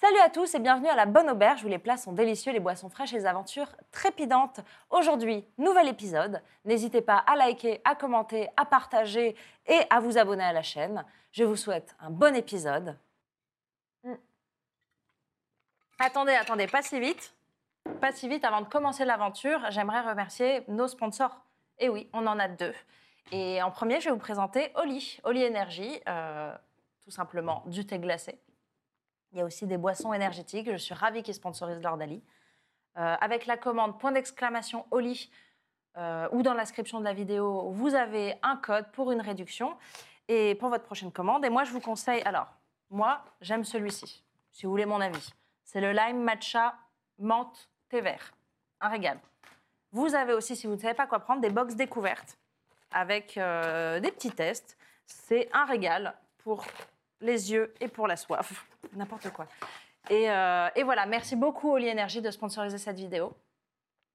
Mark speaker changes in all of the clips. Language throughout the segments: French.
Speaker 1: Salut à tous et bienvenue à la Bonne Auberge où les plats sont délicieux, les boissons fraîches et les aventures trépidantes. Aujourd'hui, nouvel épisode. N'hésitez pas à liker, à commenter, à partager et à vous abonner à la chaîne. Je vous souhaite un bon épisode. Mm. Attendez, attendez, pas si vite. Pas si vite, avant de commencer l'aventure, j'aimerais remercier nos sponsors. Et oui, on en a deux. Et en premier, je vais vous présenter Oli, Oli Energy, euh, tout simplement du thé glacé. Il y a aussi des boissons énergétiques. Je suis ravie qu'ils sponsorisent l'Ordalie. Euh, avec la commande point d'exclamation Oli euh, ou dans l'inscription de la vidéo, vous avez un code pour une réduction et pour votre prochaine commande. Et moi, je vous conseille. Alors, moi, j'aime celui-ci, si vous voulez mon avis. C'est le lime matcha menthe thé vert. Un régal. Vous avez aussi, si vous ne savez pas quoi prendre, des box découvertes avec euh, des petits tests. C'est un régal pour les yeux et pour la soif. N'importe quoi. Et, euh, et voilà, merci beaucoup Oli Energy de sponsoriser cette vidéo.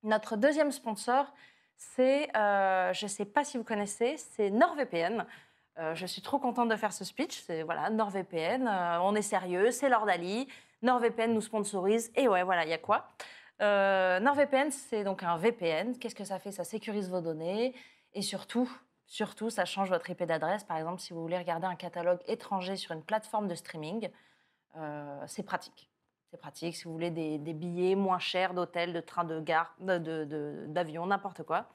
Speaker 1: Notre deuxième sponsor, c'est, euh, je ne sais pas si vous connaissez, c'est NordVPN. Euh, je suis trop contente de faire ce speech. C'est voilà, NordVPN, euh, on est sérieux, c'est l'Ordali. NordVPN nous sponsorise. Et ouais, voilà, il y a quoi Euh, NordVPN, c'est donc un VPN. Qu'est-ce que ça fait Ça sécurise vos données. Et surtout, surtout, ça change votre IP d'adresse. Par exemple, si vous voulez regarder un catalogue étranger sur une plateforme de streaming, euh, c'est pratique. C'est pratique si vous voulez des, des billets moins chers d'hôtel, de train, de gare, de- de- de- d'avion, n'importe quoi.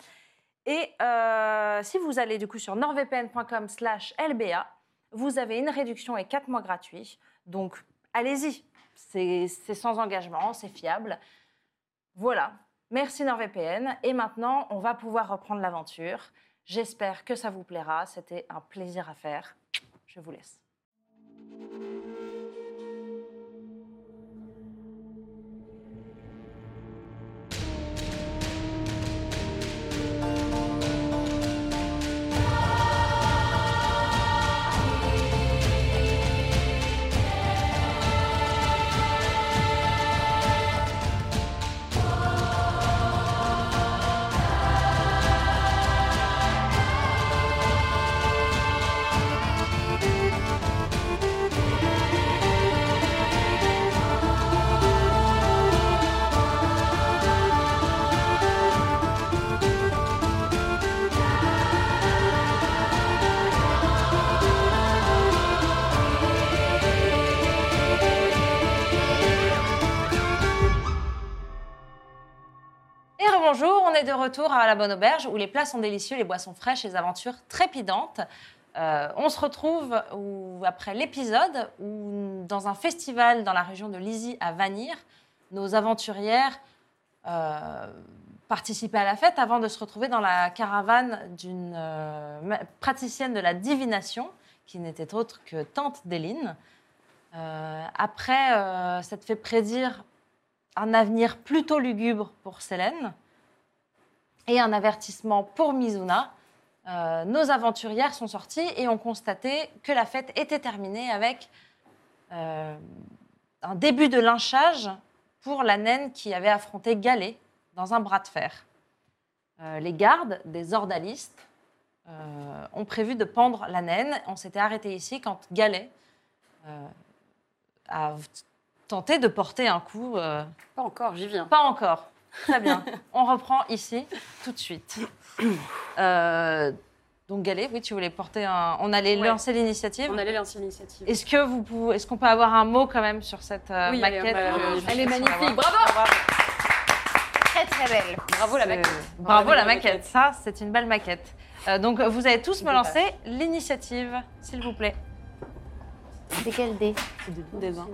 Speaker 1: Et euh, si vous allez du coup sur nordvpn.com slash lba, vous avez une réduction et 4 mois gratuits. Donc allez-y, c'est c'est sans engagement, c'est fiable. Voilà, merci NordVPN. Et maintenant, on va pouvoir reprendre l'aventure. J'espère que ça vous plaira, c'était un plaisir à faire. Je vous laisse. Et rebonjour, on est de retour à la Bonne Auberge où les plats sont délicieux, les boissons fraîches, les aventures trépidantes. Euh, on se retrouve où- après l'épisode où, dans un festival dans la région de Lizy à Vanir, nos aventurières euh, participaient à la fête avant de se retrouver dans la caravane d'une euh, ma- praticienne de la divination qui n'était autre que Tante Déline. Euh, après, euh, ça te fait prédire un avenir plutôt lugubre pour Célène et un avertissement pour Mizuna. Euh, nos aventurières sont sorties et ont constaté que la fête était terminée avec euh, un début de lynchage pour la naine qui avait affronté Galet dans un bras de fer. Euh, les gardes des ordalistes euh, ont prévu de pendre la naine. On s'était arrêté ici quand Galet euh, a tenté de porter un coup euh,
Speaker 2: Pas encore, j'y viens.
Speaker 1: pas encore. Très bien. On reprend ici tout de suite. Euh, donc Galet, oui, tu voulais porter un. On allait
Speaker 2: Ouais.
Speaker 1: lancer l'initiative.
Speaker 2: On allait lancer l'initiative.
Speaker 1: Est-ce que vous pouvez... est-ce qu'on peut avoir un mot quand même sur cette euh,
Speaker 2: Oui, allez,
Speaker 1: maquette
Speaker 2: on va la-
Speaker 1: Euh, je
Speaker 2: elle est
Speaker 1: pense qu'on va
Speaker 2: magnifique.
Speaker 1: voir.
Speaker 2: Ah, Bravo
Speaker 1: On va voir.
Speaker 3: Très très belle.
Speaker 2: Bravo la mec.
Speaker 1: Euh, Bravo la maquette. Ça, c'est une belle maquette. Euh, donc vous allez tous me
Speaker 2: Des
Speaker 1: lancer l'initiative, s'il vous plaît.
Speaker 3: C'est quel dé
Speaker 2: euh, Des uns.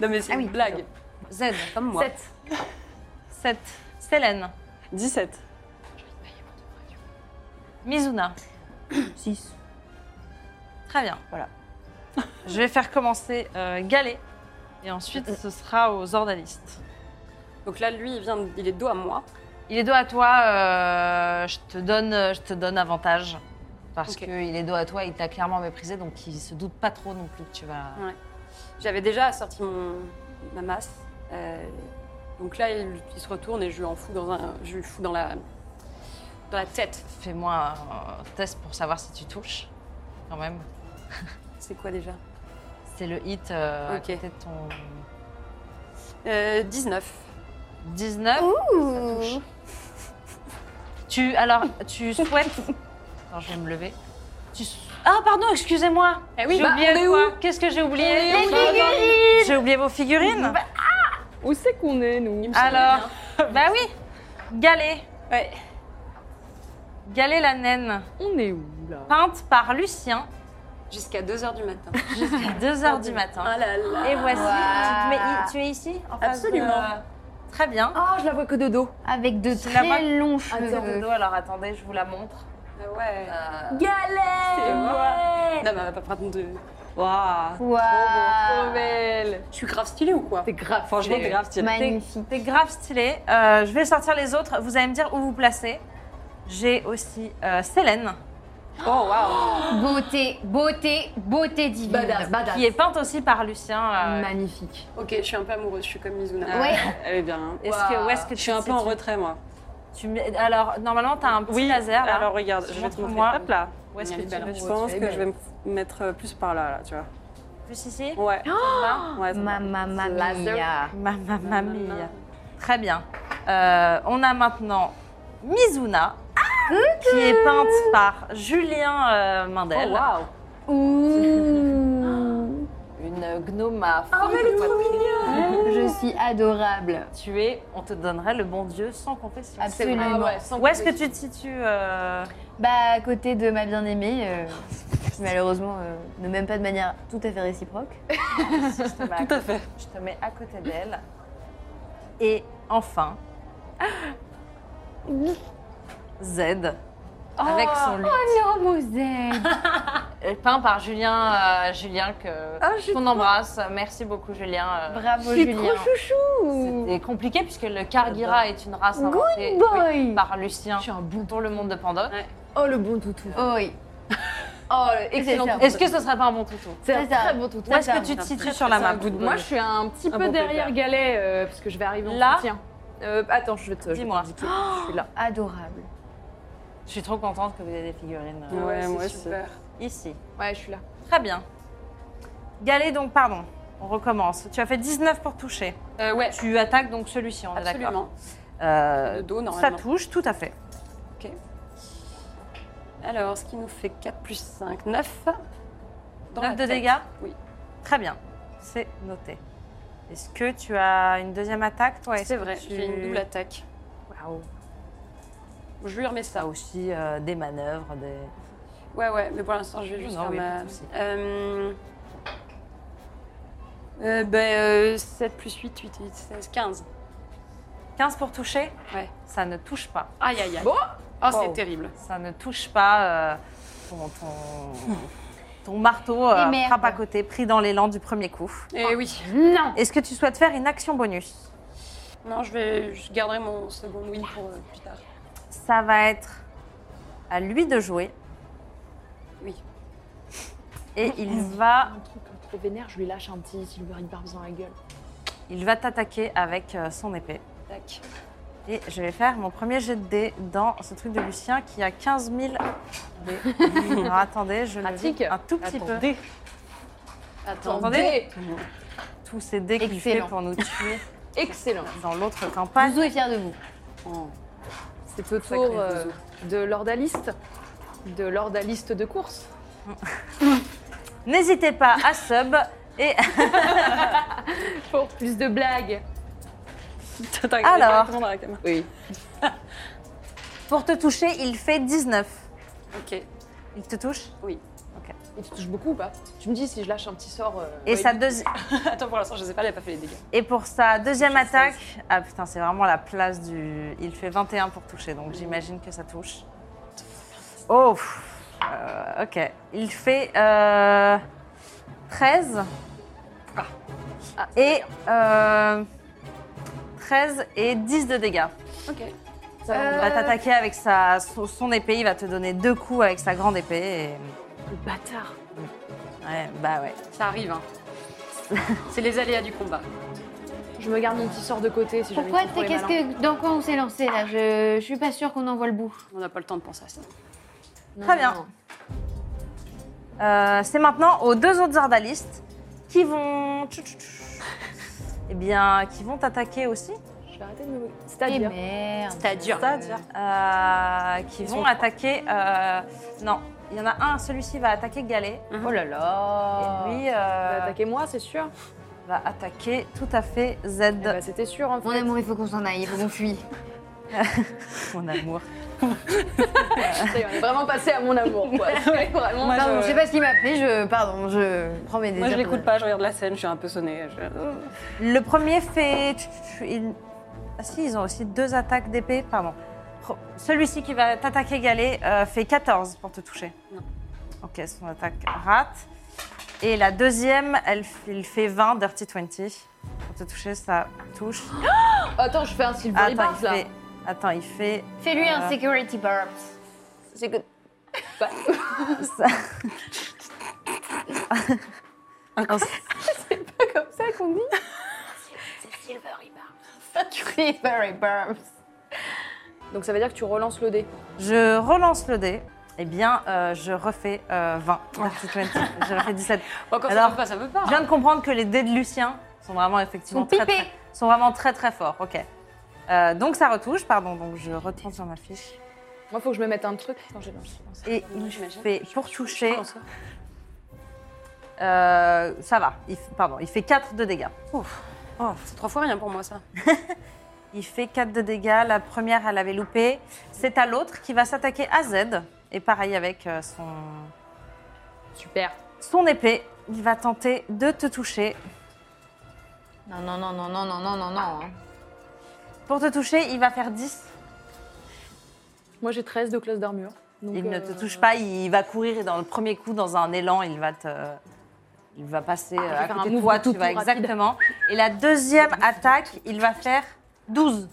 Speaker 2: Non mais c'est
Speaker 3: Ah oui,
Speaker 2: une blague.
Speaker 1: Z.
Speaker 2: Comme moi.
Speaker 1: 7. 7. Célène.
Speaker 2: 17.
Speaker 1: Mizuna.
Speaker 4: 6.
Speaker 1: Très bien.
Speaker 4: Voilà.
Speaker 1: Je vais faire commencer euh, Galet. Et ensuite, ce sera aux ordalistes.
Speaker 2: Donc là, lui, il, vient, de- il est dos à moi.
Speaker 1: Il est dos à toi, euh, je, te donne, je te donne avantage. Parce
Speaker 2: Ok.
Speaker 1: qu'il est dos à toi, il t'a clairement méprisé, donc il se doute pas trop non plus que tu vas.
Speaker 2: J'avais déjà sorti mon, ma masse. euh, donc là, il, il se retourne et je lui en fous dans, un, je lui fous dans, la, dans la tête.
Speaker 1: Fais-moi un test pour savoir si tu touches, quand même.
Speaker 2: C'est quoi déjà
Speaker 1: C'est le hit euh,
Speaker 2: Ok.
Speaker 1: à côté de ton
Speaker 2: Euh, 19.
Speaker 1: 19.
Speaker 3: Ouh.
Speaker 1: Tu, alors, tu souhaites. Attends, je vais me lever. Tu s- Ah, pardon, excusez-moi.
Speaker 2: Eh oui,
Speaker 1: j'ai
Speaker 2: bah,
Speaker 1: oublié
Speaker 2: on est
Speaker 1: quoi Qu'est-ce que j'ai oublié
Speaker 3: Les figurines
Speaker 1: J'ai oublié vos figurines
Speaker 5: Où c'est qu'on est, nous
Speaker 2: Il me semble
Speaker 1: Alors,
Speaker 2: bien.
Speaker 1: bah oui Galet
Speaker 2: Ouais.
Speaker 1: Galet la naine,
Speaker 5: On est où, là
Speaker 1: peinte par Lucien
Speaker 2: Jusqu'à 2h du matin.
Speaker 1: jusqu'à 2h du matin.
Speaker 2: Ah là là.
Speaker 1: Et voici,
Speaker 3: Waouh.
Speaker 1: tu, te mets- tu es ici
Speaker 2: Ah,
Speaker 1: en face de-
Speaker 2: Absolument.
Speaker 1: Très bien.
Speaker 5: Ah, je la vois que de dos.
Speaker 3: Avec de
Speaker 1: Tu la Ah, vois
Speaker 3: très longs cheveux.
Speaker 1: Attends, alors attendez, je vous la montre.
Speaker 2: Ah ouais.
Speaker 1: Euh,
Speaker 2: C'est moi. Non, mais on va pas prendre de. Waouh.
Speaker 5: Trop
Speaker 3: Waouh
Speaker 5: belle.
Speaker 2: Je suis grave stylée ou quoi
Speaker 5: C'est grave.
Speaker 2: Franchement,
Speaker 5: stylé.
Speaker 2: Ah, t'es grave stylée.
Speaker 3: Magnifique.
Speaker 1: C'est grave stylé. Euh, je vais sortir les autres. Vous allez me dire où vous placez. J'ai aussi euh, Célène,
Speaker 2: Oh waouh.
Speaker 3: Beauté, beauté, beauté divine.
Speaker 1: qui est peinte aussi par Lucien. euh,
Speaker 5: Magnifique.
Speaker 2: Ok, je suis un peu amoureuse, je suis comme Mizuna.
Speaker 3: Ouais.
Speaker 2: Elle est bien.
Speaker 1: est-ce que, où est-ce que
Speaker 2: Je suis un peu en retrait, moi.
Speaker 1: tu mets- Alors, normalement, tu as un petit laser. là.
Speaker 6: Alors regarde, je vais te montrer.
Speaker 1: Montre-moi.
Speaker 6: Hop là.
Speaker 1: où est-ce que
Speaker 2: elle est
Speaker 1: tu
Speaker 2: belle.
Speaker 1: veux
Speaker 6: Je
Speaker 1: tu
Speaker 6: pense
Speaker 5: tu es
Speaker 6: que
Speaker 5: belle.
Speaker 6: je vais me
Speaker 2: euh,
Speaker 6: mettre plus par là, là, tu vois.
Speaker 1: Plus ici
Speaker 6: Ouais.
Speaker 1: Là.
Speaker 6: ouais c'est bon.
Speaker 3: Mamma mamma
Speaker 5: Laser.
Speaker 3: mia.
Speaker 1: Ma, ma, ma Oh mia.
Speaker 2: Maman.
Speaker 1: Très bien. Euh, on a maintenant Mizuna, qui est peinte par Julien euh,
Speaker 2: Oh
Speaker 1: Mandel.
Speaker 2: waouh.
Speaker 3: Ouh
Speaker 1: Une gnome à forme de poitrine.
Speaker 3: Je suis adorable.
Speaker 1: Tu es, on te donnerait le bon Dieu sans confession.
Speaker 3: Absolument.
Speaker 1: Où est-ce que tu te situes euh,
Speaker 3: Bah, à côté de ma bien-aimée, euh, qui malheureusement euh, ne m'aime pas de manière tout à fait réciproque.
Speaker 1: Tout à fait. Je te mets à côté d'elle. Et enfin, Z, avec son lit,
Speaker 3: Oh non, Moselle
Speaker 1: peint par Julien, euh, Julien que qu'on embrasse. Merci beaucoup, Julien. euh,
Speaker 3: Bravo,
Speaker 5: C'est
Speaker 3: Julien.
Speaker 5: trop chouchou.
Speaker 1: C'était compliqué puisque le Kargira est une race inventée
Speaker 5: Good boy.
Speaker 1: oui, par Lucien
Speaker 5: Je suis un bon.
Speaker 1: pour le monde de Pandore.
Speaker 5: Oh, le bon toutou.
Speaker 3: Oh oui. Oh, le excellent.
Speaker 5: Excellent.
Speaker 1: Est-ce que ce serait pas un bon toutou
Speaker 5: C'est un
Speaker 3: c'est ça.
Speaker 5: très bon toutou.
Speaker 1: Où est-ce que tu te situes sur la map
Speaker 5: Moi, je suis un petit
Speaker 6: Un
Speaker 5: peu
Speaker 6: bon
Speaker 5: derrière
Speaker 6: pépère.
Speaker 5: Galet, euh, parce que je vais arriver en
Speaker 1: Là
Speaker 5: soutien. Euh, attends, je vais te. je vais te
Speaker 1: Dis-moi.
Speaker 5: indiquer. Je suis là.
Speaker 3: Adorable.
Speaker 1: Je suis trop contente que vous ayez des figurines euh,
Speaker 6: Ouais, moi
Speaker 2: c'est
Speaker 6: aussi.
Speaker 2: super.
Speaker 1: ici.
Speaker 5: Ouais, je suis là.
Speaker 1: Très bien. Galet, donc, pardon, on recommence. Tu as fait 19 pour toucher.
Speaker 2: Euh, ouais,
Speaker 1: Tu attaques donc celui-ci, on est Ah, d'accord.
Speaker 2: absolument.
Speaker 1: Euh,
Speaker 2: Le dos,
Speaker 1: ça
Speaker 2: normalement.
Speaker 1: touche, tout à fait.
Speaker 2: Alors, ce qui nous fait 4 plus 5, 9.
Speaker 1: 9 de dégâts
Speaker 2: Oui.
Speaker 1: Très bien, c'est noté. Est-ce que tu as une deuxième attaque, toi
Speaker 2: C'est vrai,
Speaker 1: Tu-
Speaker 2: j'ai une double attaque.
Speaker 1: Waouh.
Speaker 2: Je lui remets
Speaker 1: T'as
Speaker 2: ça.
Speaker 1: aussi euh, des manœuvres, des...
Speaker 2: Ouais, ouais, mais pour l'instant, je vais juste
Speaker 1: Non,
Speaker 2: faire
Speaker 1: oui,
Speaker 2: ma.
Speaker 1: pas de souci.
Speaker 2: Euh... Euh, ben, euh, 7 plus 8, 8, 8, 16, 15.
Speaker 1: 15 pour toucher
Speaker 2: Ouais.
Speaker 1: Ça ne touche pas.
Speaker 2: Aïe, aïe, aïe. Bon Oh,
Speaker 1: Wow.
Speaker 2: c'est terrible.
Speaker 1: Ça ne touche pas euh, ton, ton- ton marteau euh,
Speaker 3: Et merde.
Speaker 1: frappe à côté, pris dans l'élan du premier coup.
Speaker 2: Eh oui.
Speaker 5: Non
Speaker 1: Est-ce que tu souhaites faire une action bonus
Speaker 2: Non, je vais. Je garderai mon second win pour euh, plus tard.
Speaker 1: Ça va être à lui de jouer.
Speaker 2: Oui.
Speaker 1: Et il va,
Speaker 5: Un truc trop vénère, je lui lâche un petit Silver Barbs dans la gueule.
Speaker 1: il va t'attaquer avec euh, son épée.
Speaker 2: Tac.
Speaker 1: Et je vais faire mon premier jet de dés dans ce truc de Lucien qui a 15 000 dés. Alors attendez, je le
Speaker 5: Pratique.
Speaker 1: vide un tout petit peu.
Speaker 5: Attendez.
Speaker 2: Attends.
Speaker 1: Attendez. Tous ces dés qu'il fait
Speaker 3: Excellent.
Speaker 1: pour nous tuer
Speaker 5: Excellent.
Speaker 1: dans l'autre campagne.
Speaker 3: Zouzou est fier de vous.
Speaker 5: C'est au
Speaker 2: Sacré
Speaker 5: tour euh,
Speaker 2: bouzou.
Speaker 5: de l'ordaliste. De l'ordaliste de course.
Speaker 1: N'hésitez pas à sub et
Speaker 5: Pour plus de blagues.
Speaker 2: T'as regardé
Speaker 1: Alors.
Speaker 2: directement dans la caméra.
Speaker 5: Oui.
Speaker 1: pour te toucher, il fait 19.
Speaker 2: Ok.
Speaker 1: Il te touche
Speaker 5: Et tu touches beaucoup ou pas Tu me dis si je lâche un petit sort. euh,
Speaker 1: et,
Speaker 5: ouais,
Speaker 1: sa deuxi-
Speaker 2: Attends, pour l'instant, je sais pas, elle a pas fait les dégâts.
Speaker 1: et pour sa deuxième attaque, ah putain, c'est vraiment la place du. Il fait 21 pour toucher, donc j'imagine que ça touche. Oh pff, euh, Ok. Il fait euh, 13.
Speaker 2: Ah,
Speaker 1: Et euh, 13 et 10 de dégâts.
Speaker 2: ok.
Speaker 5: Ça va.
Speaker 1: Il va t'attaquer avec sa, son, son épée, il va te donner deux coups avec sa grande épée.
Speaker 2: Le bâtard.
Speaker 1: et- Ouais, bah ouais.
Speaker 2: Ça arrive, hein. C'est les aléas du combat.
Speaker 5: Je me garde mon petit sort de côté si
Speaker 3: Pourquoi
Speaker 5: jamais.
Speaker 3: t'es qu'est-ce que dans quoi on s'est lancé là je, je suis pas sûre qu'on en voit le bout.
Speaker 2: On n'a pas le temps de penser à ça.
Speaker 1: Très bien. Euh, c'est maintenant aux deux autres ardalistes qui vont. tchou, tchou, tchou. Eh bien, qui vont t'attaquer aussi.
Speaker 5: Je vais arrêter de me.
Speaker 3: Et
Speaker 5: C'est-à-dire.
Speaker 3: Eh merde.
Speaker 2: C'est-à-dire
Speaker 1: C'est-à-dire euh, Qui vont attaquer. euh, non, il y en a un, celui-ci va attaquer Galet.
Speaker 3: Oh là là.
Speaker 1: Et lui euh,
Speaker 5: Ah. Attaquer moi, c'est sûr.
Speaker 1: va attaquer tout à fait Z.
Speaker 5: Eh ben, C'était sûr en fait.
Speaker 3: Mon amour, il faut qu'on s'en aille, il faut qu'on fuit.
Speaker 1: Mon amour.
Speaker 5: Ça y est, On est vraiment passé à mon amour. Quoi. C'est vraiment.
Speaker 7: Moi,
Speaker 3: pardon,
Speaker 7: je-
Speaker 3: je sais pas ce qui m'a fait, je pardon, je prends mes désirs.
Speaker 7: Moi, je
Speaker 3: pour-
Speaker 7: l'écoute pas, je regarde la scène, je suis un peu sonnée. je-
Speaker 1: Le premier fait. il- Ah si, ils ont aussi deux attaques d'épée, pardon. Pro- Celui-ci qui va t'attaquer, Galet, euh, fait 14 pour te toucher.
Speaker 2: Non.
Speaker 1: Ok, son attaque rate. Et la deuxième, elle, f- il fait 20, Dirty 20. Pour te toucher, ça touche.
Speaker 5: Attends, je fais un Silvery
Speaker 1: attends,
Speaker 5: Barks
Speaker 1: il
Speaker 5: là.
Speaker 1: fait... attends, il fait...
Speaker 3: Fais-lui
Speaker 1: Euh.
Speaker 3: un security burp.
Speaker 1: ça.
Speaker 5: Comme ça qu'on dit
Speaker 3: Security burp.
Speaker 5: Donc ça veut dire que tu relances le dé.
Speaker 1: Je relance le dé. Eh bien, euh, je refais euh, 20, Dirty 20. je refais 17.
Speaker 2: Bon, quand
Speaker 1: Alors-
Speaker 2: ça veut pas, ça veut pas. hein.
Speaker 1: Je viens de comprendre que les dés de Lucien sont vraiment effectivement
Speaker 3: Sont
Speaker 1: très,
Speaker 3: pipés.
Speaker 1: très, sont vraiment très très forts. Ok. Euh, donc ça retouche, pardon. Donc je retourne sur ma fiche
Speaker 5: Moi, faut que je me mette un truc quand j'ai lancé.
Speaker 1: et il
Speaker 2: j'imagine.
Speaker 1: fait pour toucher.
Speaker 2: pense, hein.
Speaker 1: euh, ça va. Il, f- pardon, il fait 4 de dégâts.
Speaker 2: Oh, c'est trois fois rien pour moi, ça.
Speaker 1: Il fait 4 de dégâts. La première, elle avait loupé. C'est à l'autre qui va s'attaquer à Z et pareil avec euh, son
Speaker 5: Super.
Speaker 1: son épée. Il va tenter de te toucher.
Speaker 3: Non non non non non non non non non. hein.
Speaker 1: Pour te toucher, il va faire 10.
Speaker 5: Moi, j'ai 13 de classe d'armure. donc,
Speaker 1: Il ne
Speaker 5: euh,
Speaker 1: te touche pas, il va courir et dans le premier coup, dans un élan, il va te... Il va passer euh,
Speaker 5: je vais
Speaker 1: à
Speaker 5: Ah, faire
Speaker 1: côté de
Speaker 5: un
Speaker 1: toi,
Speaker 5: mouvement
Speaker 1: tu
Speaker 5: tout
Speaker 1: vas
Speaker 5: pour rapide.
Speaker 1: exactement. Et la deuxième attaque, il va faire 12.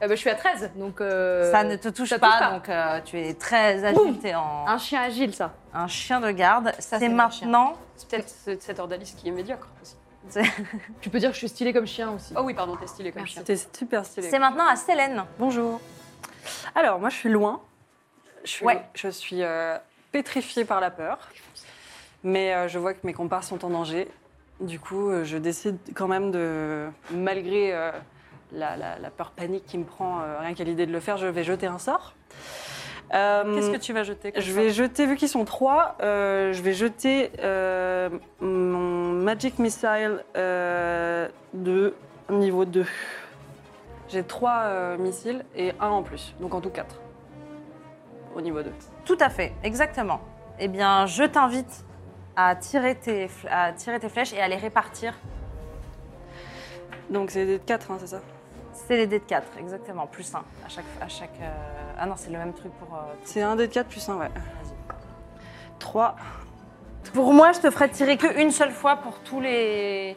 Speaker 5: Ah bah, je suis à 13, donc. euh,
Speaker 1: ça ne te touche
Speaker 5: ça
Speaker 1: pas,
Speaker 5: touche pas.
Speaker 1: donc euh, tu es très agile, t'es en
Speaker 5: Un chien agile, ça.
Speaker 1: un chien de garde. C'est
Speaker 3: c'est mon chien.
Speaker 1: maintenant...
Speaker 2: C'est peut-être ce- cet ordaliste qui est médiocre aussi.
Speaker 5: Tu peux dire que je suis stylée comme chien aussi.
Speaker 2: Oh oui, pardon, t'es stylé comme chien.
Speaker 7: C'était super stylé.
Speaker 1: C'est maintenant à Célène.
Speaker 7: Bonjour. Alors, moi, je suis loin. Je suis,
Speaker 1: Ouais.
Speaker 7: je suis euh, pétrifiée par la peur. Mais euh, je vois que mes compars sont en danger. Du coup, euh, je décide quand même de, malgré euh, la, la- la peur panique qui me prend, euh, rien qu'à l'idée de le faire, je vais jeter un sort. Euh,
Speaker 2: Qu'est-ce que tu vas jeter comme
Speaker 7: Je
Speaker 2: ça
Speaker 7: vais jeter, vu qu'ils sont trois, euh, je vais jeter euh, mon Magic Missile euh, de niveau 2. J'ai trois euh, missiles et un en plus, donc en tout quatre. Au niveau 2.
Speaker 1: Tout à fait, exactement. Eh bien, je t'invite à tirer, tes, fl- à tirer tes flèches et à les répartir.
Speaker 7: Donc c'est des 4, c'est ça
Speaker 1: C'est les dés de 4, exactement, plus 1 à chaque... À chaque euh, Ah non, c'est le même truc pour... euh,
Speaker 7: C'est un dé de 4 plus 1, ouais. 3.
Speaker 1: Pour moi, je te ferai tirer qu'une seule fois pour tous les.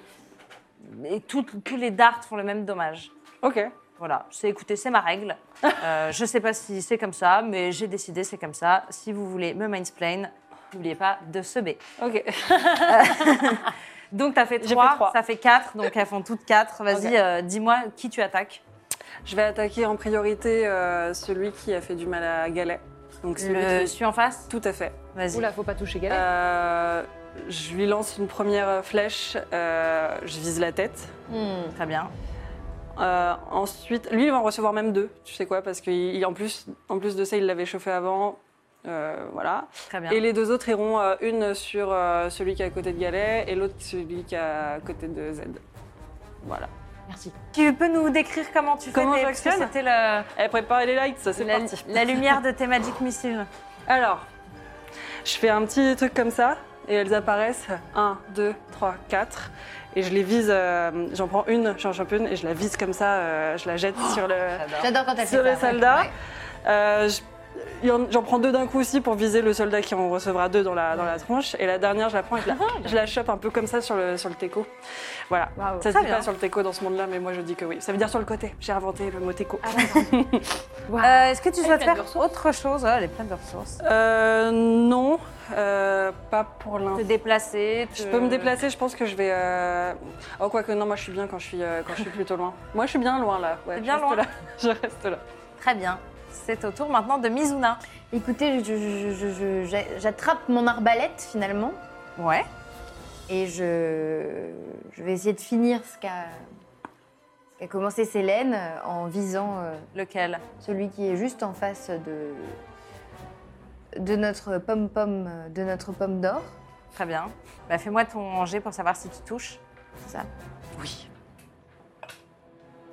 Speaker 1: Et tout- tous les darts font le même dommage.
Speaker 7: Ok.
Speaker 1: Voilà, c'est écoutez, c'est ma règle. Euh, je sais pas si c'est comme ça, mais j'ai décidé c'est comme ça. Si vous voulez me mansplain, n'oubliez pas de se b.
Speaker 7: Ok.
Speaker 1: Donc t'as fait
Speaker 7: J'ai
Speaker 1: 3,
Speaker 7: fait trois.
Speaker 1: ça fait 4, donc elles font toutes 4. Vas-y,
Speaker 7: Ok.
Speaker 1: euh, dis-moi qui tu attaques.
Speaker 7: Je vais attaquer en priorité euh, celui qui a fait du mal à Galet. Donc celui
Speaker 1: Le
Speaker 7: qui-
Speaker 1: suis en face
Speaker 7: Tout à fait.
Speaker 1: Vas-y.
Speaker 5: Oula, faut pas toucher Galet.
Speaker 7: Euh, je lui lance une première flèche, euh, je vise la tête.
Speaker 3: Hmm.
Speaker 1: Très bien.
Speaker 7: Euh, ensuite, lui, il va en recevoir même deux, tu sais quoi, parce qu'en plus, en plus de ça, il l'avait chauffé avant. euh, voilà.
Speaker 1: Très bien.
Speaker 7: Et les deux autres iront euh, une sur euh, celui qui est à côté de Galet et l'autre celui qui est Euh, à côté de Z. Voilà.
Speaker 1: Tu peux nous décrire comment tu
Speaker 7: Comment
Speaker 1: fais tes- parce que
Speaker 7: j'actionne
Speaker 1: C'était le-
Speaker 7: Eh, préparez les lights, ça c'est
Speaker 1: la,
Speaker 7: parti.
Speaker 1: la lumière de tes Magic Missiles.
Speaker 7: Alors, je fais un petit truc comme ça et elles apparaissent. 1, 2, 3, 4. Et je les vise, euh, j'en prends une, j'en chope une et je la
Speaker 1: Oh
Speaker 7: vise comme ça, euh, je la jette sur le.
Speaker 3: J'adore quand elle fait
Speaker 7: Sur les
Speaker 3: ça, ouais.
Speaker 7: soldats.
Speaker 3: Ouais.
Speaker 7: Euh, je-
Speaker 2: il y en- j'en prends deux d'un coup aussi pour viser le soldat qui en recevra deux dans la, dans la tronche. Et la dernière, je la prends et je la,
Speaker 1: Ah,
Speaker 2: je la chope un peu comme ça sur le, sur le teco. Voilà.
Speaker 1: Waouh.
Speaker 2: Ça se
Speaker 1: Très
Speaker 2: dit
Speaker 1: bien.
Speaker 2: pas sur le teco dans ce monde-là, mais moi je dis que oui. Ça veut dire sur le côté. J'ai inventé le mot teco.
Speaker 1: Ah.
Speaker 7: Euh, Est-ce que tu
Speaker 8: est
Speaker 7: souhaites
Speaker 8: pleine de
Speaker 7: faire autre chose
Speaker 1: Ah,
Speaker 7: Ouais, Elle est pleine de ressources.
Speaker 2: Euh, non, euh, pas pour l'instant.
Speaker 7: Te déplacer.
Speaker 2: Je
Speaker 7: te-
Speaker 2: peux me
Speaker 1: Euh.
Speaker 2: déplacer, je pense que je vais. Euh... Oh, quoique, non, moi je suis bien quand je suis, euh, quand je suis plutôt loin. Moi je suis bien loin là. Ouais,
Speaker 1: T'es
Speaker 2: je
Speaker 1: bien
Speaker 2: reste
Speaker 1: loin.
Speaker 2: là. Je reste là.
Speaker 1: Très bien. C'est au tour maintenant de Mizuna.
Speaker 3: Écoutez, je- je- je- je- j'a- j'attrape mon arbalète finalement
Speaker 7: Ouais.
Speaker 3: et je, je vais essayer de finir ce qu'a ce qu'a commencé Célène euh, en visant euh,
Speaker 1: Lequel
Speaker 3: celui qui est juste en face de, de notre pomme-pomme, euh, de notre pomme d'or.
Speaker 1: Très bien. Bah, Fais-moi ton jet pour savoir si tu touches.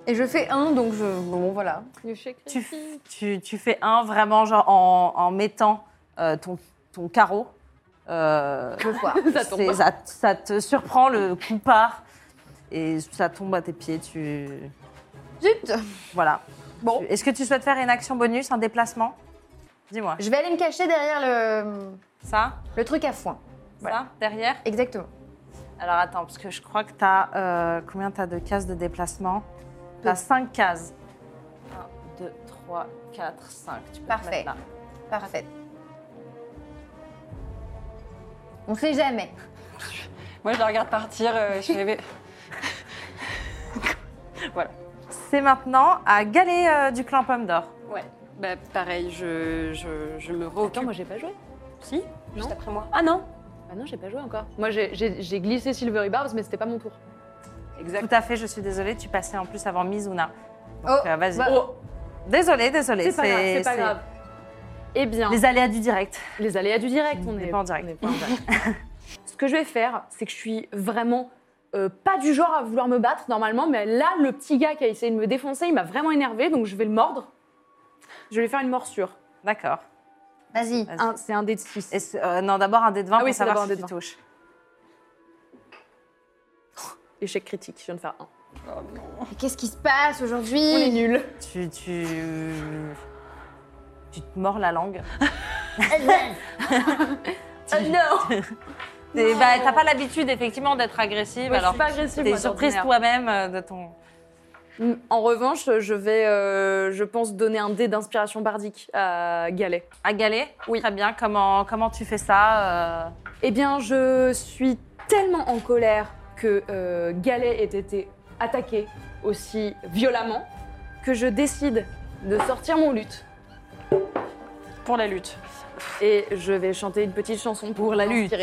Speaker 3: Et je fais un, donc je, bon voilà.
Speaker 1: Euh, Tu, f- tu- tu fais un vraiment genre en, en mettant euh, ton, ton carreau. euh,
Speaker 3: Je foire.
Speaker 1: c'est- ça, ça te surprend, le coup part et ça tombe à tes pieds. Tu
Speaker 3: Zut
Speaker 1: voilà. Bon, est-ce que tu souhaites faire une action bonus, un déplacement Dis-moi.
Speaker 3: Je vais aller me cacher derrière le,
Speaker 1: Ça,
Speaker 3: le truc à foin.
Speaker 1: ça, derrière.
Speaker 3: Exactement.
Speaker 1: Alors attends, parce que je crois que t'as euh, combien t'as de cases de déplacement T'as 5 cases. 1, 2, 3, 4, 5. Tu peux te
Speaker 3: Parfait.
Speaker 1: mettre là.
Speaker 3: Parfait. On sait jamais.
Speaker 2: Moi je la regarde partir, euh, je suis arrivée.
Speaker 1: C'est maintenant à Galet euh, du clan Pomme d'Or.
Speaker 8: Ouais.
Speaker 2: Bah, pareil, je, je, je me
Speaker 5: Attends, moi j'ai pas joué.
Speaker 8: Si Juste
Speaker 5: Non.
Speaker 8: après moi. Ah non
Speaker 5: Ah non, j'ai pas joué encore. Moi j'ai- j'ai j'ai glissé Silvery Barbs, mais c'était pas mon tour.
Speaker 1: Tout à fait, je suis désolée, tu passais en plus avant Mizuna. Donc
Speaker 3: Oh,
Speaker 1: euh, vas-y.
Speaker 3: bah-
Speaker 1: Oh. Désolée, désolée.
Speaker 5: C'est pas grave, c'est pas grave. Eh bien, les,
Speaker 1: Les aléas du direct.
Speaker 5: aléas du direct, on
Speaker 1: On
Speaker 5: est
Speaker 1: n'est pas en direct.
Speaker 5: on est pas en direct. Ce que je vais faire, c'est que je suis vraiment euh, pas du genre à vouloir me battre normalement, mais là, le petit gars qui a essayé de me défoncer, il m'a vraiment énervé, donc je vais le mordre. Je vais lui faire une morsure.
Speaker 1: D'accord.
Speaker 3: Vas-y.
Speaker 1: Vas-y.
Speaker 5: Un- C'est un dé de 6.
Speaker 1: Est-ce- euh, non, d'abord un dé de 20
Speaker 5: Ah
Speaker 1: pour
Speaker 5: oui, c'est
Speaker 1: savoir
Speaker 5: d'abord
Speaker 1: si
Speaker 5: un dé
Speaker 1: tu
Speaker 5: de 20.
Speaker 1: touches.
Speaker 5: Échec critique, je viens de faire un.
Speaker 3: Mais Qu'est-ce qui se passe aujourd'hui
Speaker 5: On est nul.
Speaker 1: Tu, tu... tu te mords la langue.
Speaker 5: Oh non
Speaker 1: Et bah, T'as pas l'habitude, effectivement, d'être agressive.
Speaker 5: Ouais, je
Speaker 1: alors,
Speaker 5: suis pas agressive,
Speaker 1: t'es
Speaker 5: moi,
Speaker 1: surprise
Speaker 5: d'ordinaire.
Speaker 1: toi-même euh, de ton...
Speaker 5: Mm. En revanche, je vais, euh, je pense, donner un dé d'inspiration bardique à Galet.
Speaker 1: À Galet Oui. Très bien. Comment, comment tu fais ça euh,
Speaker 5: Eh bien, je suis tellement en colère que euh, Galet ait été attaqué aussi violemment que je décide de sortir mon luth
Speaker 2: pour la lutte.
Speaker 5: et je vais chanter une petite chanson pour la lutte.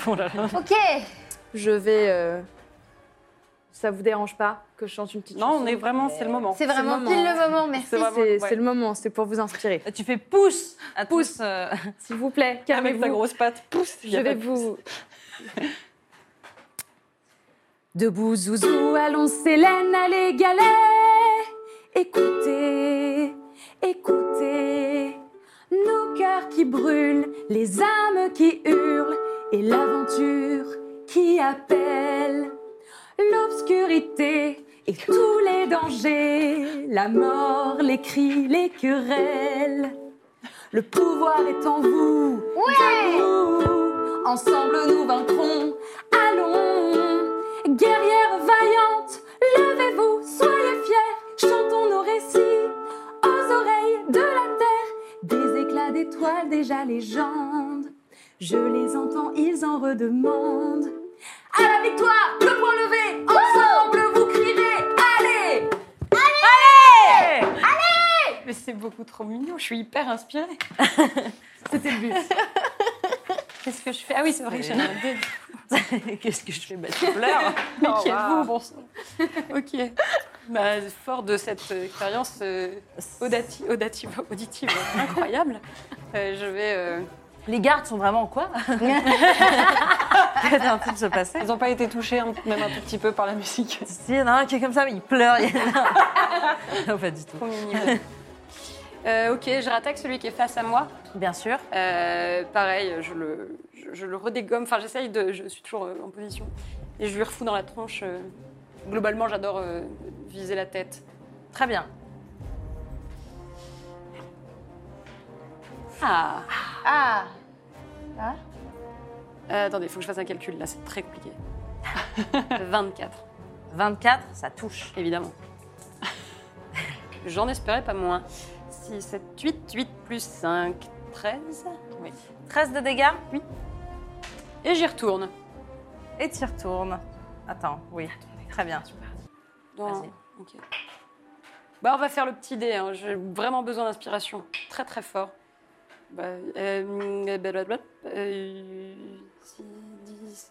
Speaker 2: Pour la lutte.
Speaker 3: Ok.
Speaker 5: Je vais. euh, Ça vous dérange pas que je chante une petite
Speaker 2: Non,
Speaker 5: chanson
Speaker 2: on est vraiment, c'est le moment.
Speaker 3: C'est vraiment
Speaker 5: le moment.
Speaker 3: pile le moment, merci.
Speaker 5: C'est
Speaker 2: vraiment-
Speaker 5: c'est-
Speaker 2: ouais.
Speaker 5: c'est le moment, c'est pour vous inspirer.
Speaker 1: Tu fais pouce à
Speaker 5: Pouce.
Speaker 1: tous, euh,
Speaker 5: S'il vous plaît,
Speaker 2: Avec ta
Speaker 5: calmez-vous.
Speaker 2: grosse patte, pousse il y
Speaker 5: Je
Speaker 2: a
Speaker 5: vais
Speaker 2: pas de-
Speaker 5: vous. Debout, zouzou, allons, Célène, allez, galet. Écoutez, écoutez. Nos cœurs qui brûlent, les âmes qui hurlent, et l'aventure qui appelle. L'obscurité et tous les dangers, la mort, les cris, les querelles. Le pouvoir est en vous. Debout. Ensemble nous vaincrons. Allons. Guerrières vaillantes, levez-vous, soyez fiers. Chantons nos récits aux oreilles de la terre. Des éclats d'étoiles déjà légendes. Je les entends, ils en redemandent. À la victoire, le point levé, ensemble vous crierez, allez
Speaker 2: Mais c'est beaucoup trop mignon, je suis hyper inspirée.
Speaker 5: C'était le but.
Speaker 2: Qu'est-ce que je fais Ah oui, c'est vrai, j'ai un dé.
Speaker 1: Qu'est-ce que je fais bah, Tu pleures
Speaker 2: Mais qui êtes-vous, bon sang Ok. Oh, Bah, fort de cette euh, expérience euh, audati- audative, auditive incroyable, euh, je vais. euh,
Speaker 1: Les gardes sont vraiment en quoi Qu'est-ce qui est en train de se passer
Speaker 2: Ils n'ont pas été touchés, un- même un tout petit peu, par la musique.
Speaker 1: Si, il y en a un hein, qui est comme ça, mais il pleure. il y en a un- non, pas du tout.
Speaker 2: Trop mignon. Euh, ok, je rattaque celui qui est face à moi.
Speaker 1: Bien sûr.
Speaker 2: Euh, pareil, je le, je, je le redégomme. Enfin, j'essaye de. Je suis toujours euh, en position. Et je lui refous dans la tronche. euh. Globalement, j'adore euh, viser la tête.
Speaker 1: Très bien.
Speaker 2: Ah
Speaker 3: Ah
Speaker 2: Euh, Attendez, il faut que je fasse un calcul, là, c'est très compliqué. 24,
Speaker 1: 24, ça touche.
Speaker 2: évidemment. J'en espérais pas moins. 6, 7, 8, 8 plus 5, 13.
Speaker 1: 13 de dégâts
Speaker 2: Et j'y retourne.
Speaker 1: et tu retournes. Attends, oui. Très bien.
Speaker 2: Dans-
Speaker 1: Vas-y.
Speaker 2: ok. Bah, on va faire le petit dé, hein, j'ai vraiment besoin d'inspiration. Très très fort. Bah, euh, blablabla, euh, six, dix.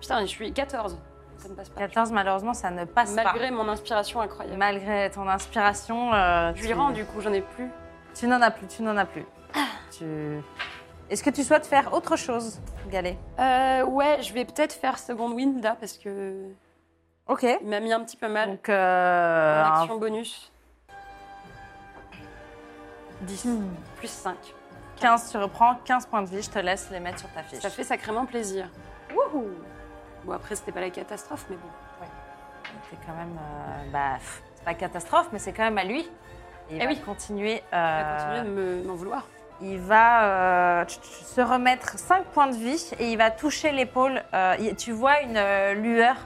Speaker 2: Putain, je suis 14. Ça ne passe pas.
Speaker 1: 14, malheureusement, ça ne passe
Speaker 2: Malgré mon inspiration incroyable.
Speaker 1: pas. Malgré ton inspiration, euh,
Speaker 2: Je
Speaker 1: tu-
Speaker 2: lui rends, du coup, j'en ai plus.
Speaker 1: Tu n'en as plus, tu n'en as plus. Tu- Est-ce que tu souhaites faire autre chose, Galet
Speaker 2: Euh, ouais, je vais peut-être faire seconde wind là parce que
Speaker 1: Ok.
Speaker 2: il m'a mis un petit peu mal.
Speaker 1: Donc, euh,
Speaker 2: En Euh, action bonus. 10
Speaker 1: Hmm.
Speaker 2: plus 5.
Speaker 1: 15, tu reprends 15 points de vie, je te laisse les mettre sur ta fiche.
Speaker 2: Ça fait sacrément plaisir. Bon, après, c'était pas la catastrophe, mais bon.
Speaker 1: C'est quand même. euh, bah, pff, c'est pas catastrophe, mais c'est quand même à lui. Et il
Speaker 2: Eh
Speaker 1: va
Speaker 2: oui.
Speaker 1: continuer.
Speaker 2: Je
Speaker 1: euh,
Speaker 2: vais continuer de me- m'en vouloir.
Speaker 1: il va euh, tch, tch, se remettre 5 points de vie et il va toucher l'épaule. Euh, il- tu vois une euh, lueur